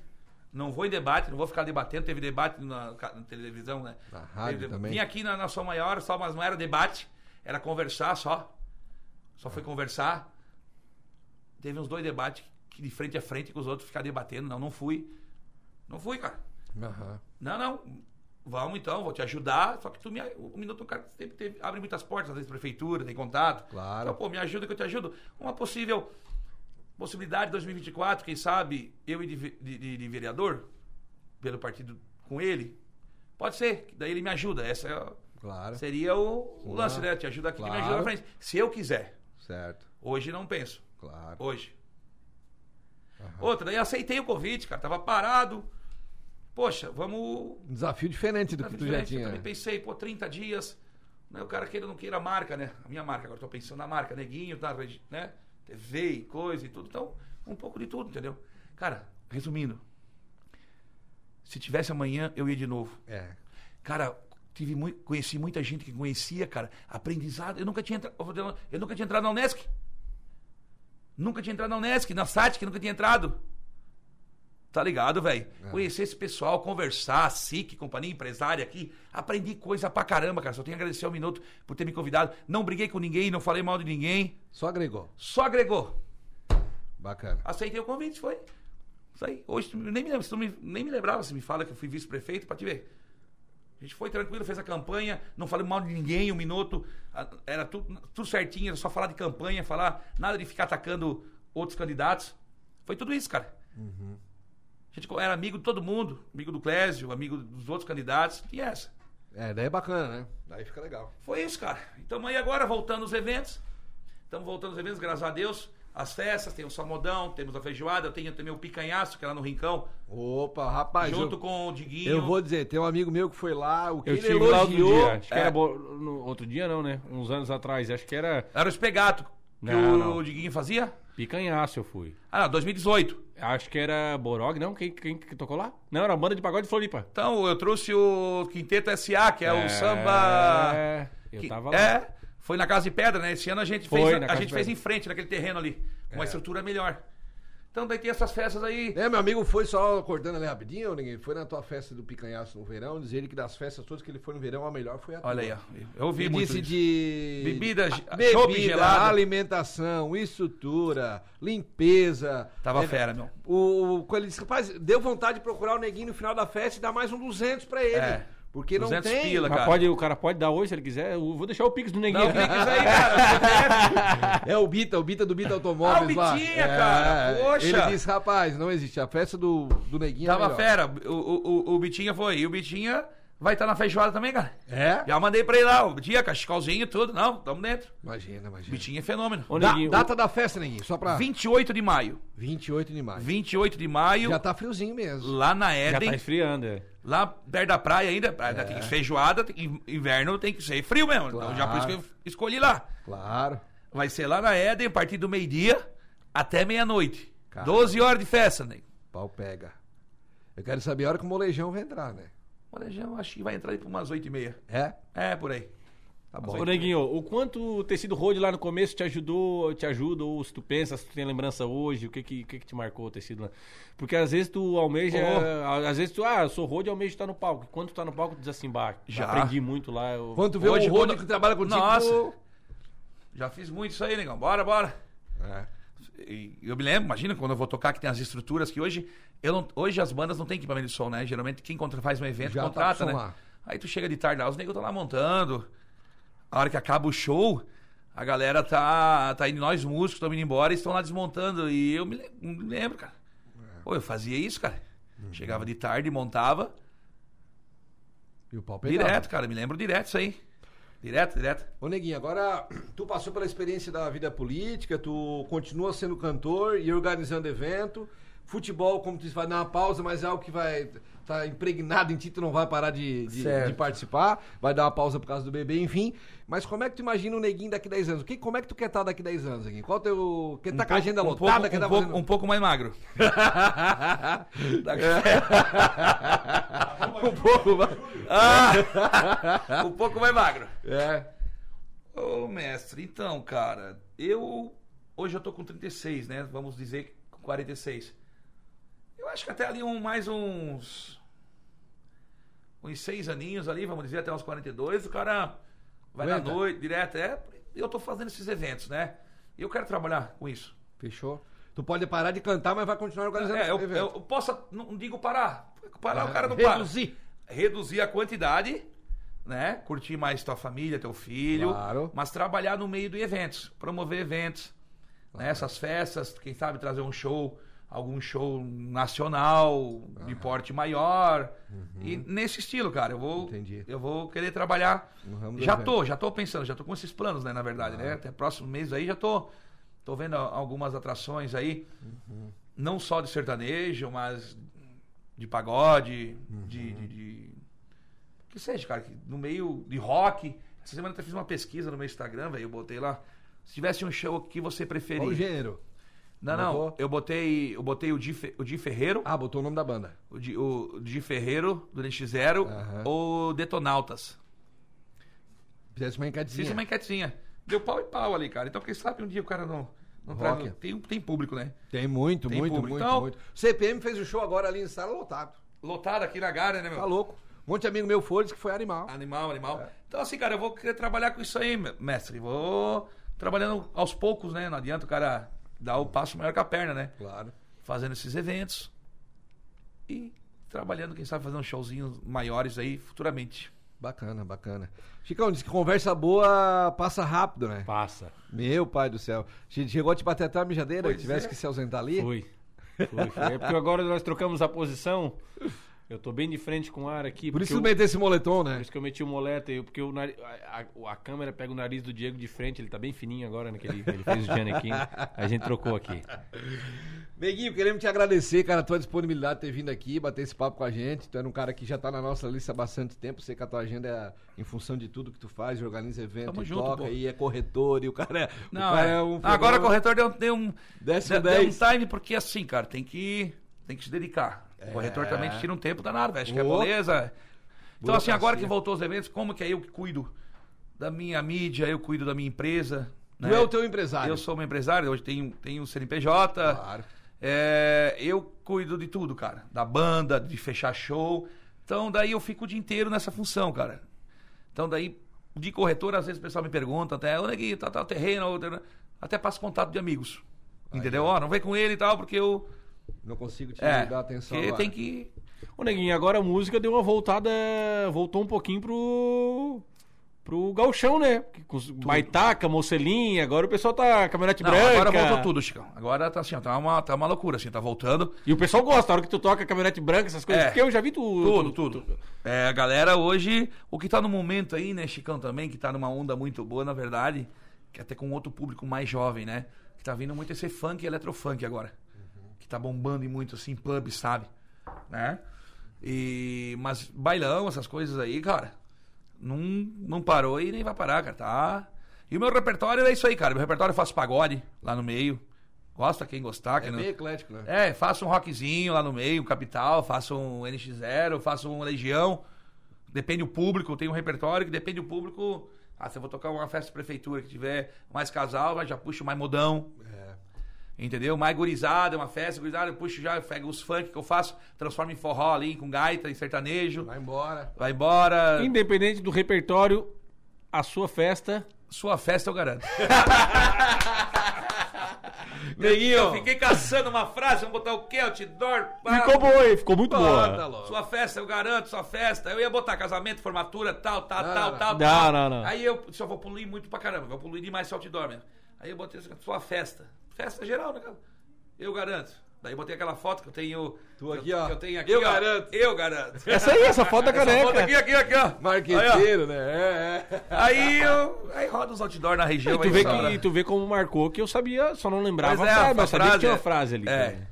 Speaker 3: Não vou em debate, não vou ficar debatendo. Teve debate na, na televisão, né?
Speaker 1: Na rádio
Speaker 3: Teve-
Speaker 1: também.
Speaker 3: Vinha aqui na, na sua maior, só, mas não era debate, era conversar só. Só
Speaker 1: Ah.
Speaker 3: foi conversar. Teve uns dois debates que de frente a frente com os outros ficar debatendo. Não, não fui. Não fui, cara.
Speaker 1: Aham.
Speaker 3: Não, não. Vamos então, vou te ajudar. Só que tu me. O Minuto é um cara que sempre teve- abre muitas portas, às vezes prefeitura, tem contato.
Speaker 1: Claro.
Speaker 3: Fala, pô, me ajuda que eu te ajudo. Uma possível possibilidade em 2024, quem sabe, eu e de, ve- de- de- de vereador, pelo partido com ele. Pode ser, que daí ele me ajuda. Essa é a-
Speaker 1: Claro.
Speaker 3: seria o, o lance,
Speaker 1: Claro.
Speaker 3: né? Te ajuda aqui, que me
Speaker 1: Claro.
Speaker 3: ajuda na frente. Se eu quiser.
Speaker 1: Certo.
Speaker 3: Hoje não penso.
Speaker 1: Claro.
Speaker 3: Hoje. Outra, daí eu aceitei o convite, cara. Tava parado. Poxa, vamos
Speaker 1: Um desafio diferente do
Speaker 3: na
Speaker 1: que tu
Speaker 3: frente,
Speaker 1: já
Speaker 3: Eu
Speaker 1: tinha. né?
Speaker 3: também pensei, pô, 30 dias. Né, o cara queira ou não queira a marca, né? A minha marca, agora tô pensando na marca, neguinho, tá, regi- né? TV e coisa e tudo. Então, um pouco de tudo, entendeu? Cara, resumindo. Se tivesse amanhã, eu ia de novo.
Speaker 1: É.
Speaker 3: Cara, tive mui- conheci muita gente que conhecia, cara. Aprendizado. Eu nunca tinha entrado. Eu nunca tinha entrado na Unesc. Nunca tinha entrado na Unesc, na SATIC, nunca tinha entrado. Tá ligado, velho? Conhecer esse pessoal, conversar, SIC, companhia empresária aqui. Aprendi coisa pra caramba, cara. Só tenho a agradecer ao Minuto por ter me convidado. Não briguei com ninguém, não falei mal de ninguém.
Speaker 1: Só agregou.
Speaker 3: Só agregou.
Speaker 1: Bacana.
Speaker 3: Aceitei o convite, foi. Isso aí. Hoje, tu nem me, lembro, se tu me- nem me lembrava, você me fala que eu fui vice-prefeito, pra te ver. A gente foi tranquilo, fez a campanha, não falei mal de ninguém um minuto, a- era tudo, tudo certinho, era só falar de campanha, falar nada de ficar atacando outros candidatos. Foi tudo isso, cara. A gente co- era amigo de todo mundo, amigo do Clésio, amigo dos outros candidatos, e essa.
Speaker 1: É, daí é bacana, né? Daí fica legal.
Speaker 3: Foi isso, cara. Então aí agora voltando aos eventos. Estamos voltando aos eventos, graças a Deus. As festas, tem o Salmodão, temos a feijoada, eu tenho também o picanhaço, que é lá no Rincão,
Speaker 1: Opa, rapaz.
Speaker 3: junto
Speaker 1: eu,
Speaker 3: com o Diguinho.
Speaker 1: eu vou dizer, tem um amigo meu que foi lá, o que
Speaker 2: Eu
Speaker 1: ele
Speaker 2: estive lá outro
Speaker 1: elogiou.
Speaker 2: dia. Acho que
Speaker 1: É.
Speaker 2: era bo- no- outro dia, não, né? Uns anos atrás. Acho que era
Speaker 3: Era o espegato que
Speaker 2: Não,
Speaker 3: o
Speaker 2: não.
Speaker 3: Diguinho fazia?
Speaker 2: picanhaço eu fui.
Speaker 3: Ah, não, 2018.
Speaker 2: Acho que era Borog, não? Quem, quem que tocou lá? Não, era a banda de pagode de Floripa.
Speaker 3: Então eu trouxe o Quinteto SA, que é, o samba.
Speaker 2: É, eu
Speaker 3: que-
Speaker 2: tava lá.
Speaker 3: É, foi na Casa de Pedra, né? Esse ano a gente
Speaker 2: Foi
Speaker 3: fez,
Speaker 2: na
Speaker 3: a
Speaker 2: Casa
Speaker 3: gente
Speaker 2: de
Speaker 3: fez em
Speaker 2: Pedra. É.
Speaker 3: frente, naquele terreno ali. Uma estrutura melhor. Então daí tem essas festas aí.
Speaker 1: É, meu amigo foi só cortando ali rapidinho, ou ninguém foi na tua festa do picanhaço no verão, diz ele que das festas todas que ele foi no verão, a melhor foi a tua.
Speaker 3: Olha aí, ó. Eu ouvi
Speaker 1: Ele
Speaker 3: muito.
Speaker 1: disse
Speaker 3: isso.
Speaker 1: de
Speaker 3: Bebida, ge-
Speaker 1: bebida,
Speaker 3: chopp gelado.
Speaker 1: alimentação, estrutura, limpeza.
Speaker 3: Tava
Speaker 1: É,
Speaker 3: fera, meu.
Speaker 1: O, o- quando ele disse, rapaz, deu vontade de procurar o neguinho no final da festa e dar mais um 200 pra ele.
Speaker 3: É.
Speaker 1: Porque não
Speaker 3: 200
Speaker 1: tem.
Speaker 3: pila.
Speaker 2: Mas
Speaker 3: cara.
Speaker 2: pode, o cara pode dar hoje se ele quiser. Eu vou deixar o Pix do neguinho.
Speaker 3: Não, é
Speaker 2: aqui.
Speaker 3: clica isso aí, cara.
Speaker 1: É o Bita, o Bita do Bita
Speaker 3: Ah, o
Speaker 1: Automóveis
Speaker 3: Bitinha,
Speaker 1: lá. É,
Speaker 3: cara, poxa.
Speaker 1: Ele disse, rapaz, não existe. A festa do, do neguinho é
Speaker 3: Tava
Speaker 1: melhor.
Speaker 3: fera. O, o, o- o Bitinha foi. E o Bitinha vai estar na feijoada também, cara.
Speaker 1: É?
Speaker 3: Já mandei pra ele lá. O Bitinha, cachecolzinho e tudo. Não, tamo dentro.
Speaker 1: Imagina, imagina.
Speaker 3: Bitinha é fenômeno.
Speaker 2: Ô,
Speaker 1: Da-
Speaker 2: neguinho, o-
Speaker 1: data da festa, neguinho, só pra...
Speaker 3: 28 de maio.
Speaker 1: 28 de maio.
Speaker 3: 28 de maio,
Speaker 1: Já tá friozinho mesmo.
Speaker 3: lá na
Speaker 2: já tá
Speaker 3: Éden,
Speaker 2: esfriando. é.
Speaker 3: lá perto da praia ainda. Praia tem que feijoada, tem que- inverno tem que ser frio mesmo. Então já por isso que eu escolhi lá.
Speaker 1: Claro.
Speaker 3: Vai ser lá na Éden, a partir do meio-dia até meia-noite.
Speaker 1: Cara.
Speaker 3: 12 horas de festa, nego.
Speaker 1: Pau pega. Eu quero saber a hora que o molejão vai entrar, né?
Speaker 3: O Alejão acho que vai entrar aí por umas 8 e meia.
Speaker 1: É?
Speaker 3: É, por aí.
Speaker 1: Tá
Speaker 2: Ô, Neguinho, o quanto o tecido road lá no começo te ajudou, te ajuda, ou se tu pensa, se tu tem lembrança hoje, o que que, o que, que te marcou o tecido lá? Porque às vezes tu almeja, a- às vezes tu, ah, eu sou road e almejo estar no palco. E quando tu tá no palco, tu diz assim, bah,
Speaker 3: Já.
Speaker 2: aprendi muito lá. Eu...
Speaker 1: Quando tu vê
Speaker 3: Hoje,
Speaker 1: o Rony
Speaker 3: quando-
Speaker 1: que trabalha contigo...
Speaker 3: Nossa. Já fiz muito isso aí, negão. Bora, bora.
Speaker 1: É.
Speaker 3: E eu me lembro, imagina quando eu vou tocar que tem as estruturas que hoje eu não- hoje as bandas não têm equipamento de som, né? Geralmente quem contra, faz um evento
Speaker 1: Já tá
Speaker 3: contrata,
Speaker 1: com som
Speaker 3: né?
Speaker 1: lá.
Speaker 3: Aí tu chega de tarde lá, os negros estão lá montando. A hora que acaba o show, a galera tá tá indo nós músicos estão indo embora, e estão lá desmontando e eu me, le- me lembro, cara.
Speaker 1: É.
Speaker 3: Pô, eu fazia isso, cara.
Speaker 1: Uhum.
Speaker 3: Chegava de tarde, montava
Speaker 1: E o pau pegava.
Speaker 3: direto, cara, me lembro direto isso aí. Direto, direto.
Speaker 1: Ô Neguinho, agora tu passou pela experiência da vida política, tu continua sendo cantor e organizando evento. Futebol, como tu disse, vai dar uma pausa, mas é algo que vai tá impregnado em ti, tu não vai parar de, de-
Speaker 3: Certo.
Speaker 1: de participar, vai dar uma pausa por causa do bebê, enfim. Mas como é que tu imagina o Neguinho daqui 10 anos? Que, como é que tu quer estar daqui 10 anos, Neguinho? Qual teu... Quer tá com a agenda
Speaker 3: um
Speaker 1: lotada?
Speaker 3: pouco,
Speaker 1: quer
Speaker 3: um,
Speaker 1: tá
Speaker 3: pouco,
Speaker 1: fazendo-
Speaker 3: um pouco mais magro.
Speaker 1: um pouco, vai.
Speaker 3: Ah! um pouco mais magro.
Speaker 1: É,
Speaker 3: Ô, mestre, então, cara, eu. Hoje eu tô com 36, né? Vamos dizer que com 46. Eu acho que até ali um, mais uns. Uns seis aninhos ali, vamos dizer, até uns 42, o cara vai na
Speaker 1: Aguenta.
Speaker 3: noite, direto. É, eu tô fazendo esses eventos, né? E eu quero trabalhar com isso.
Speaker 1: fechou. Tu pode parar de cantar, mas vai continuar organizando
Speaker 3: É, eu,
Speaker 1: evento.
Speaker 3: eu posso, não digo parar. Parar o cara não para.
Speaker 1: É. Reduzir.
Speaker 3: É, reduzir a quantidade, né? Curtir mais tua família, teu filho.
Speaker 1: Claro.
Speaker 3: Mas trabalhar no meio de eventos, promover eventos. Né? Essas festas, quem sabe trazer um show, algum show nacional, de porte maior. E nesse estilo, cara, eu vou,
Speaker 1: Uhum. Entendi.
Speaker 3: eu vou querer trabalhar.
Speaker 1: No ramo do
Speaker 3: Já
Speaker 1: evento.
Speaker 3: tô, já tô pensando, já tô com esses planos, né, na verdade, né? Até próximo mês aí já tô, tô vendo a- algumas atrações aí,
Speaker 1: Uhum.
Speaker 3: não só de sertanejo, mas de pagode, de,
Speaker 1: Uhum.
Speaker 3: de, de- que seja, cara, que no meio de rock. Essa semana eu até fiz uma pesquisa no meu Instagram, velho, eu botei lá. Se tivesse um show, o que você preferia?
Speaker 1: Qual o gênero?
Speaker 3: não, não,
Speaker 1: botou?
Speaker 3: eu botei, eu botei o Di, Fe- o Di Ferreiro,
Speaker 1: Ah, botou o nome da banda.
Speaker 3: o Di, o Di Ferreiro do NX0
Speaker 1: Aham.
Speaker 3: ou Detonautas.
Speaker 1: Fizesse uma encadezinha.
Speaker 3: Fiz uma enquetezinha. Deu pau e pau ali, cara. Então, quem sabe um dia o cara não. não
Speaker 1: Rock.
Speaker 3: traz- tem, tem público, né?
Speaker 1: Tem muito,
Speaker 3: Tem
Speaker 1: muito,
Speaker 3: público.
Speaker 1: muito,
Speaker 3: Então-
Speaker 1: muito. CPM fez o show agora ali em sala lotado.
Speaker 3: Lotado aqui na Gara, né, meu?
Speaker 1: Tá louco. Um monte de amigo meu foi, disse que foi animal.
Speaker 3: Animal, animal.
Speaker 1: É.
Speaker 3: Então, assim, cara, eu vou querer trabalhar com isso aí, me- mestre. Vou trabalhando aos poucos, né? Não adianta o cara dar o passo maior que a perna, né?
Speaker 1: Claro.
Speaker 3: Fazendo esses eventos e trabalhando, quem sabe, fazendo uns showzinhos maiores aí futuramente.
Speaker 1: Bacana, bacana. Chicão, diz que conversa boa passa rápido, né?
Speaker 2: Passa.
Speaker 1: Meu pai do céu. Che- Chegou a te bater até a mijadeira,
Speaker 3: Pois
Speaker 1: tivesse
Speaker 3: é.
Speaker 1: que se ausentar ali.
Speaker 2: Foi. Foi, foi. É porque agora nós trocamos a posição. Eu tô bem de frente com o ar aqui.
Speaker 1: Por
Speaker 2: porque
Speaker 1: isso
Speaker 2: eu-
Speaker 1: tu meteu esse moletom,
Speaker 2: Por
Speaker 1: né?
Speaker 2: isso que eu meti o moleta aí, porque o nari- a, a- a câmera pega o nariz do Diego de frente, ele tá bem fininho agora, né? Que ele, ele fez o Janequim. A gente trocou aqui.
Speaker 1: Neguinho, queremos te agradecer, cara, a tua disponibilidade de ter vindo aqui, bater esse papo com a gente. Tu era um cara que já tá na nossa lista há bastante tempo. Sei que a tua agenda é em função de tudo que tu faz, organiza evento,
Speaker 3: Tamo
Speaker 1: e
Speaker 3: junto,
Speaker 1: toca,
Speaker 3: pô.
Speaker 1: e é corretor, e o cara é,
Speaker 3: Não,
Speaker 1: o cara
Speaker 3: é.
Speaker 1: um
Speaker 3: agora o
Speaker 1: fenômeno.
Speaker 3: corretor deu, deu um.
Speaker 1: Desce
Speaker 3: deu,
Speaker 1: um
Speaker 3: deu
Speaker 1: 10.
Speaker 3: um time, porque assim, cara, tem que, tem que se dedicar. O corretor também te tira um tempo danado, velho. Acho que é
Speaker 1: É. Ô.
Speaker 3: beleza. Então, assim,
Speaker 1: Burocracia.
Speaker 3: agora que voltou os eventos, como que é eu que cuido da minha mídia, eu cuido da minha empresa?
Speaker 1: Tu
Speaker 3: né?
Speaker 1: é o teu empresário.
Speaker 3: Eu sou um empresário, hoje tenho, tenho um CNPJ.
Speaker 1: Claro.
Speaker 3: É, eu cuido de tudo, cara. Da banda, de fechar show. Então, daí eu fico o dia inteiro nessa função, cara. Então, daí, de corretor, às vezes o pessoal me pergunta até, ô Neguinho, tá, tá o terreno, ô, terreno." até passo contato de amigos. Entendeu? Ó, não vem com ele e tal, porque eu.
Speaker 1: Não consigo é. te
Speaker 3: É,
Speaker 1: dar atenção
Speaker 3: porque
Speaker 1: agora.
Speaker 3: tem que.
Speaker 2: Ô, Neguinho, agora a música deu uma voltada. Voltou um pouquinho pro. pro Galchão, né? Porque Com os baitaca, mocelinha, agora o pessoal tá caminhonete
Speaker 3: Não,
Speaker 2: branca.
Speaker 3: agora voltou tudo, Chicão. Agora tá assim, ó, tá uma, tá uma loucura, assim, tá voltando.
Speaker 2: E o pessoal gosta, a hora que tu toca caminhonete branca, essas coisas.
Speaker 3: É.
Speaker 2: Porque eu já vi tu.
Speaker 3: Tudo,
Speaker 2: tu-
Speaker 3: tudo. É, a galera hoje, o que tá no momento aí, né, Chicão também, que tá numa onda muito boa, na verdade, que é até com outro público mais jovem, né? Que tá vindo muito esse funk e eletrofunk agora. Que tá bombando e muito, assim, pub, sabe? Né? E, mas bailão, essas coisas aí, cara, não, não parou e nem vai parar, cara, tá? E o meu repertório é isso aí, cara. Meu repertório eu faço pagode lá no meio. Gosta quem gostar, quem
Speaker 1: É
Speaker 3: não.
Speaker 1: meio eclético, né?
Speaker 3: É, faço um rockzinho lá no meio, capital, faço um NX0, faço um Legião. Depende do público, tem um repertório que depende do público. Ah, se eu vou tocar uma festa de prefeitura que tiver mais casal, mas já puxo mais modão,
Speaker 1: É.
Speaker 3: entendeu? Mais gurizada, é uma festa gurizada, eu puxo já, eu pego os funk que eu faço, transformo em forró ali, com gaita, em sertanejo,
Speaker 1: Vai embora.
Speaker 3: vai embora.
Speaker 2: Independente do repertório, a sua festa.
Speaker 3: Sua festa eu garanto.
Speaker 1: Neguinho.
Speaker 3: eu fiquei caçando uma frase, vamos botar o quê? Outdoor, pá,
Speaker 2: Ficou boa, hein? Ficou muito
Speaker 3: Ah,
Speaker 1: Bota
Speaker 2: boa.
Speaker 1: logo.
Speaker 3: Sua festa, eu garanto, sua festa. Eu ia botar casamento, formatura, tal, tal,
Speaker 1: Não,
Speaker 3: tal,
Speaker 1: não,
Speaker 3: tal,
Speaker 2: não.
Speaker 3: tal.
Speaker 2: Não, não, não.
Speaker 3: Aí eu só vou poluir muito pra caramba. Vou poluir demais esse outdoor mesmo. Aí eu botei assim, sua festa. Festa geral, né, cara? Eu garanto. Daí eu botei aquela foto que eu tenho.
Speaker 1: Tu aqui,
Speaker 3: que eu-
Speaker 1: ó.
Speaker 3: Que eu tenho aqui,
Speaker 1: Eu
Speaker 3: ó.
Speaker 1: garanto.
Speaker 3: Eu garanto.
Speaker 2: Essa aí, essa foto da
Speaker 3: Essa foto
Speaker 2: caneca.
Speaker 3: aqui, é aqui, aqui, ó. Aí, ó.
Speaker 1: Marqueteiro, né? É, é.
Speaker 3: Aí, eu, aí roda os outdoor na região.
Speaker 2: E tu,
Speaker 3: aí,
Speaker 2: vê
Speaker 3: sobra.
Speaker 2: que, tu vê como marcou que eu sabia, só não lembrava,
Speaker 3: Pois
Speaker 2: mas,
Speaker 3: é,
Speaker 2: sabe,
Speaker 3: a
Speaker 2: mas sabia que
Speaker 3: frase
Speaker 2: tinha
Speaker 3: é-
Speaker 2: uma frase ali.
Speaker 3: é.
Speaker 2: cara.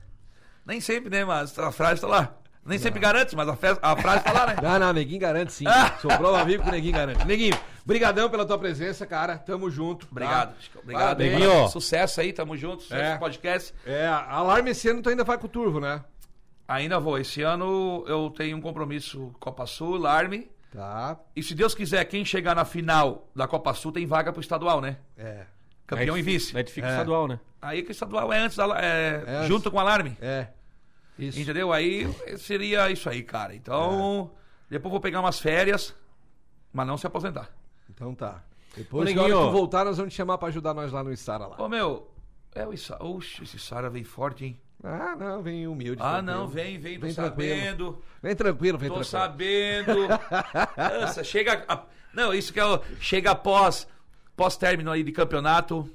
Speaker 3: Nem sempre, né, mas a frase tá lá. Nem sempre garante, mas a, festa, a frase tá lá, né?
Speaker 1: Não, não, Neguinho garante sim. Sobrou um amigo que o Neguinho garante. Neguinho, brigadão pela tua presença, cara. Tamo junto. tá?
Speaker 3: Obrigado, Chico. Obrigado.
Speaker 1: Parabéns.
Speaker 2: Neguinho.
Speaker 3: Sucesso aí, tamo junto. Sucesso
Speaker 1: É.
Speaker 3: no podcast.
Speaker 1: É, alarme esse ano tu ainda vai com o Turvo, né?
Speaker 3: Ainda vou. Esse ano eu tenho um compromisso Copa Sul, Larme.
Speaker 1: Tá.
Speaker 3: E se Deus quiser, quem chegar na final da Copa Sul tem vaga pro estadual, né?
Speaker 1: É.
Speaker 3: Campeão
Speaker 2: Daí
Speaker 3: e
Speaker 2: tu-
Speaker 3: vice.
Speaker 2: Daí tu fica
Speaker 1: É.
Speaker 2: estadual, né?
Speaker 3: Aí que o estadual é antes, da, é,
Speaker 1: É antes.
Speaker 3: junto com o Alarme.
Speaker 1: É. Isso.
Speaker 3: Entendeu? Aí seria isso aí, cara. Então,
Speaker 1: É.
Speaker 3: depois vou pegar umas férias, mas não se aposentar.
Speaker 1: Então tá. Depois
Speaker 2: Ô,
Speaker 1: que a hora que tu
Speaker 2: Neguinho.
Speaker 1: voltar, nós vamos te chamar pra ajudar nós lá no Isara lá.
Speaker 3: Ô, meu, é o Issa... Oxe, esse Sara vem forte, hein?
Speaker 1: Ah, não, vem humilde.
Speaker 3: Ah,
Speaker 1: tranquilo.
Speaker 3: não, vem, vem, tô
Speaker 1: Vem tranquilo.
Speaker 3: sabendo.
Speaker 1: Vem tranquilo, vem
Speaker 3: Tô
Speaker 1: tranquilo.
Speaker 3: sabendo. Nossa, chega. a- não, isso que é o. Chega após pós-término aí de campeonato.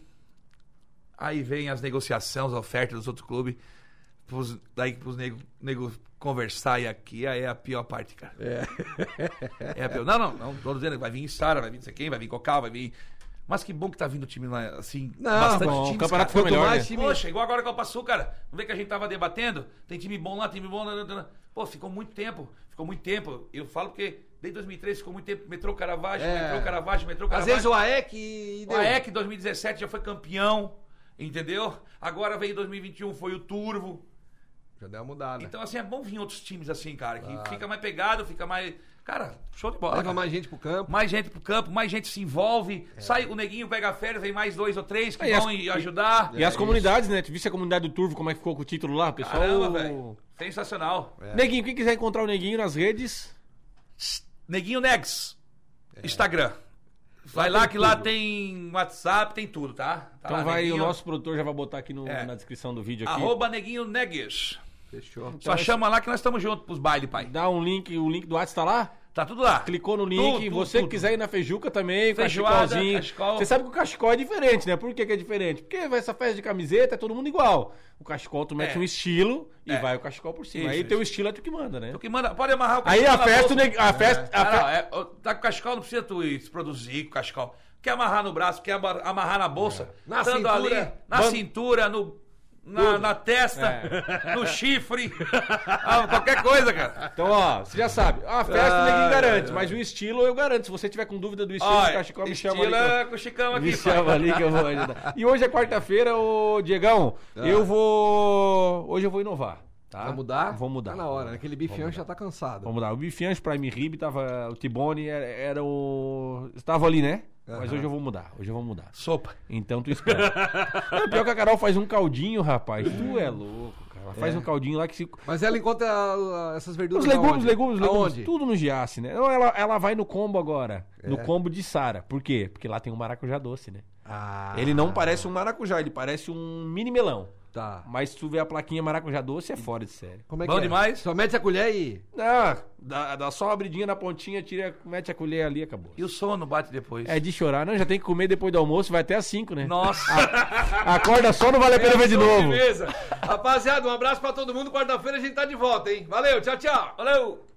Speaker 3: Aí vem as negociações, as ofertas dos outros clubes. Pros, daí pros nego, nego conversar e aqui, aí é a pior parte, cara. É.
Speaker 1: É.
Speaker 3: a pior. Não, não, não. Tô dizendo, vai vir Sara, vai vir não sei quem, vai vir Cocal, vai vir. Mas que bom que tá vindo time lá, assim,
Speaker 1: Não,
Speaker 3: bastante
Speaker 1: bom,
Speaker 3: time.
Speaker 2: o
Speaker 3: times,
Speaker 2: campeonato
Speaker 3: cara.
Speaker 2: foi melhor,
Speaker 1: mais
Speaker 2: né?
Speaker 1: time-
Speaker 3: Poxa, igual agora a Copa Sul, cara. Não vê que a gente tava debatendo? Tem time bom lá, time bom né, lá. lá, lá. Pô, ficou muito tempo. Ficou muito tempo. Eu falo porque desde 2003 ficou muito tempo. Metrô Caravaggio,
Speaker 1: É.
Speaker 3: metrô Caravaggio, metrô
Speaker 1: Às
Speaker 3: Caravaggio.
Speaker 1: vezes o AEC e
Speaker 3: o
Speaker 1: deu.
Speaker 3: AEC 2017 já foi campeão, entendeu? Agora veio 2021, foi o Turvo.
Speaker 1: Já deu uma mudada.
Speaker 3: Então, assim, é bom vir outros times assim, cara. Que fica mais pegado, fica mais... Cara, show de bola,
Speaker 1: Leva É.
Speaker 3: cara.
Speaker 1: mais gente pro campo.
Speaker 3: Mais gente pro campo, mais gente se envolve. Sai o neguinho, pega férias, vem mais dois ou três que
Speaker 2: Aí
Speaker 3: vão
Speaker 2: as-
Speaker 3: e ajudar.
Speaker 1: é.
Speaker 2: E as comunidades, né? Tu viste a comunidade do Turvo, como é que ficou com o título lá, pessoal?
Speaker 3: Caramba, velho. Sensacional.
Speaker 2: Neguinho, quem quiser encontrar o Neguinho nas redes,
Speaker 3: Neguinho Negs.
Speaker 2: É.
Speaker 3: Instagram. Vai lá que lá tem WhatsApp, tem tudo, tá? Tá
Speaker 2: então
Speaker 3: lá,
Speaker 2: vai,
Speaker 3: Neguinho-
Speaker 2: o nosso produtor já vai botar aqui no-
Speaker 3: É.
Speaker 2: na descrição do vídeo aqui. Então
Speaker 3: Arroba Neguinho Negues.
Speaker 1: Fechou.
Speaker 3: Só chama lá que nós estamos juntos pros bailes, pai.
Speaker 2: Dá um link, o link do WhatsApp tá lá?
Speaker 3: Tá tudo lá.
Speaker 2: Clicou no link,
Speaker 3: Tudo, tudo,
Speaker 2: você
Speaker 3: tudo.
Speaker 2: que quiser ir na Feijuca também,
Speaker 3: Feijoada,
Speaker 2: cachecolzinho.
Speaker 3: cachecol.
Speaker 2: Você sabe que o cachecol é diferente, né? Por que, que é diferente? Porque vai essa festa de camiseta é todo mundo igual. O cachecol tu mete
Speaker 3: É.
Speaker 2: um estilo e
Speaker 3: É.
Speaker 2: vai o cachecol por cima.
Speaker 3: Isso,
Speaker 2: Aí
Speaker 3: isso.
Speaker 2: teu estilo é tu que manda, né?
Speaker 3: Tu que manda, pode amarrar o
Speaker 2: Aí a
Speaker 3: cachecol na
Speaker 2: festa,
Speaker 3: bolsa.
Speaker 2: neg- a festa, a
Speaker 3: Ah,
Speaker 2: fe-
Speaker 3: não, é, ó, tá com cachecol, não precisa tu ir se produzir com cachecol. Quer amarrar no braço, quer ama- amarrar na bolsa.
Speaker 2: É.
Speaker 1: Na
Speaker 3: Estando
Speaker 1: cintura,
Speaker 3: ali, na
Speaker 1: bando-
Speaker 3: cintura, no, na, na testa,
Speaker 2: É.
Speaker 3: no chifre. Ah, qualquer coisa, cara.
Speaker 2: Então, ó, você já sabe. A festa
Speaker 1: Ah,
Speaker 2: ninguém
Speaker 1: é,
Speaker 2: garante,
Speaker 1: Ah, é.
Speaker 2: mas o estilo eu garanto. Se você tiver com dúvida do estilo do cachecol, me chama ali. que eu-
Speaker 1: é
Speaker 3: estila com o Chicão aqui,
Speaker 2: Me
Speaker 3: pai.
Speaker 2: chama ali que eu vou ajudar. E hoje é quarta-feira, ô Diegão. Eu vou. Hoje eu vou inovar. Tá?
Speaker 1: Ah. Vai mudar?
Speaker 2: Vou mudar.
Speaker 1: Tá na hora, né? Aquele bifião já tá cansado.
Speaker 2: Vou mudar. O Bifiancho, Prime Rib, tava. O Tibone era, era o. Estava ali, né? Mas
Speaker 1: Aham.
Speaker 2: hoje eu vou mudar. Hoje eu vou mudar.
Speaker 3: Sopa.
Speaker 2: Então tu espera. Não, pior que a Carol faz um caldinho, rapaz. Tu é louco, cara. Ela Faz um caldinho lá que se.
Speaker 1: Mas ela encontra a- a- essas verduras
Speaker 2: Os legumes,
Speaker 1: aonde?
Speaker 2: legumes, legumes,
Speaker 1: Aonde?
Speaker 2: tudo no Giasse, né? Não, Ela, ela vai no combo agora. No combo de Sara. Por quê? Porque lá tem um maracujá doce, né?
Speaker 1: Ah,
Speaker 2: Ele não parece um maracujá, ele parece um mini melão.
Speaker 1: tá.
Speaker 2: Mas se tu vê a plaquinha maracujá doce, é fora de série.
Speaker 1: Como é
Speaker 3: Bom
Speaker 1: que é?
Speaker 3: demais.
Speaker 1: Só mete a colher e...
Speaker 2: Ah, dá, dá só uma abridinha na pontinha, tira, mete a colher ali e acabou.
Speaker 3: E o sono bate depois.
Speaker 2: É de chorar, não? Já tem que comer depois do almoço, vai até às 5, né?
Speaker 3: Nossa,
Speaker 2: Acorda só, não vale a pena ver
Speaker 1: É,
Speaker 2: de novo.
Speaker 1: Beleza. Rapaziada, um abraço pra todo mundo. Quarta-feira a gente tá de volta, hein? Valeu, tchau, tchau.
Speaker 3: valeu!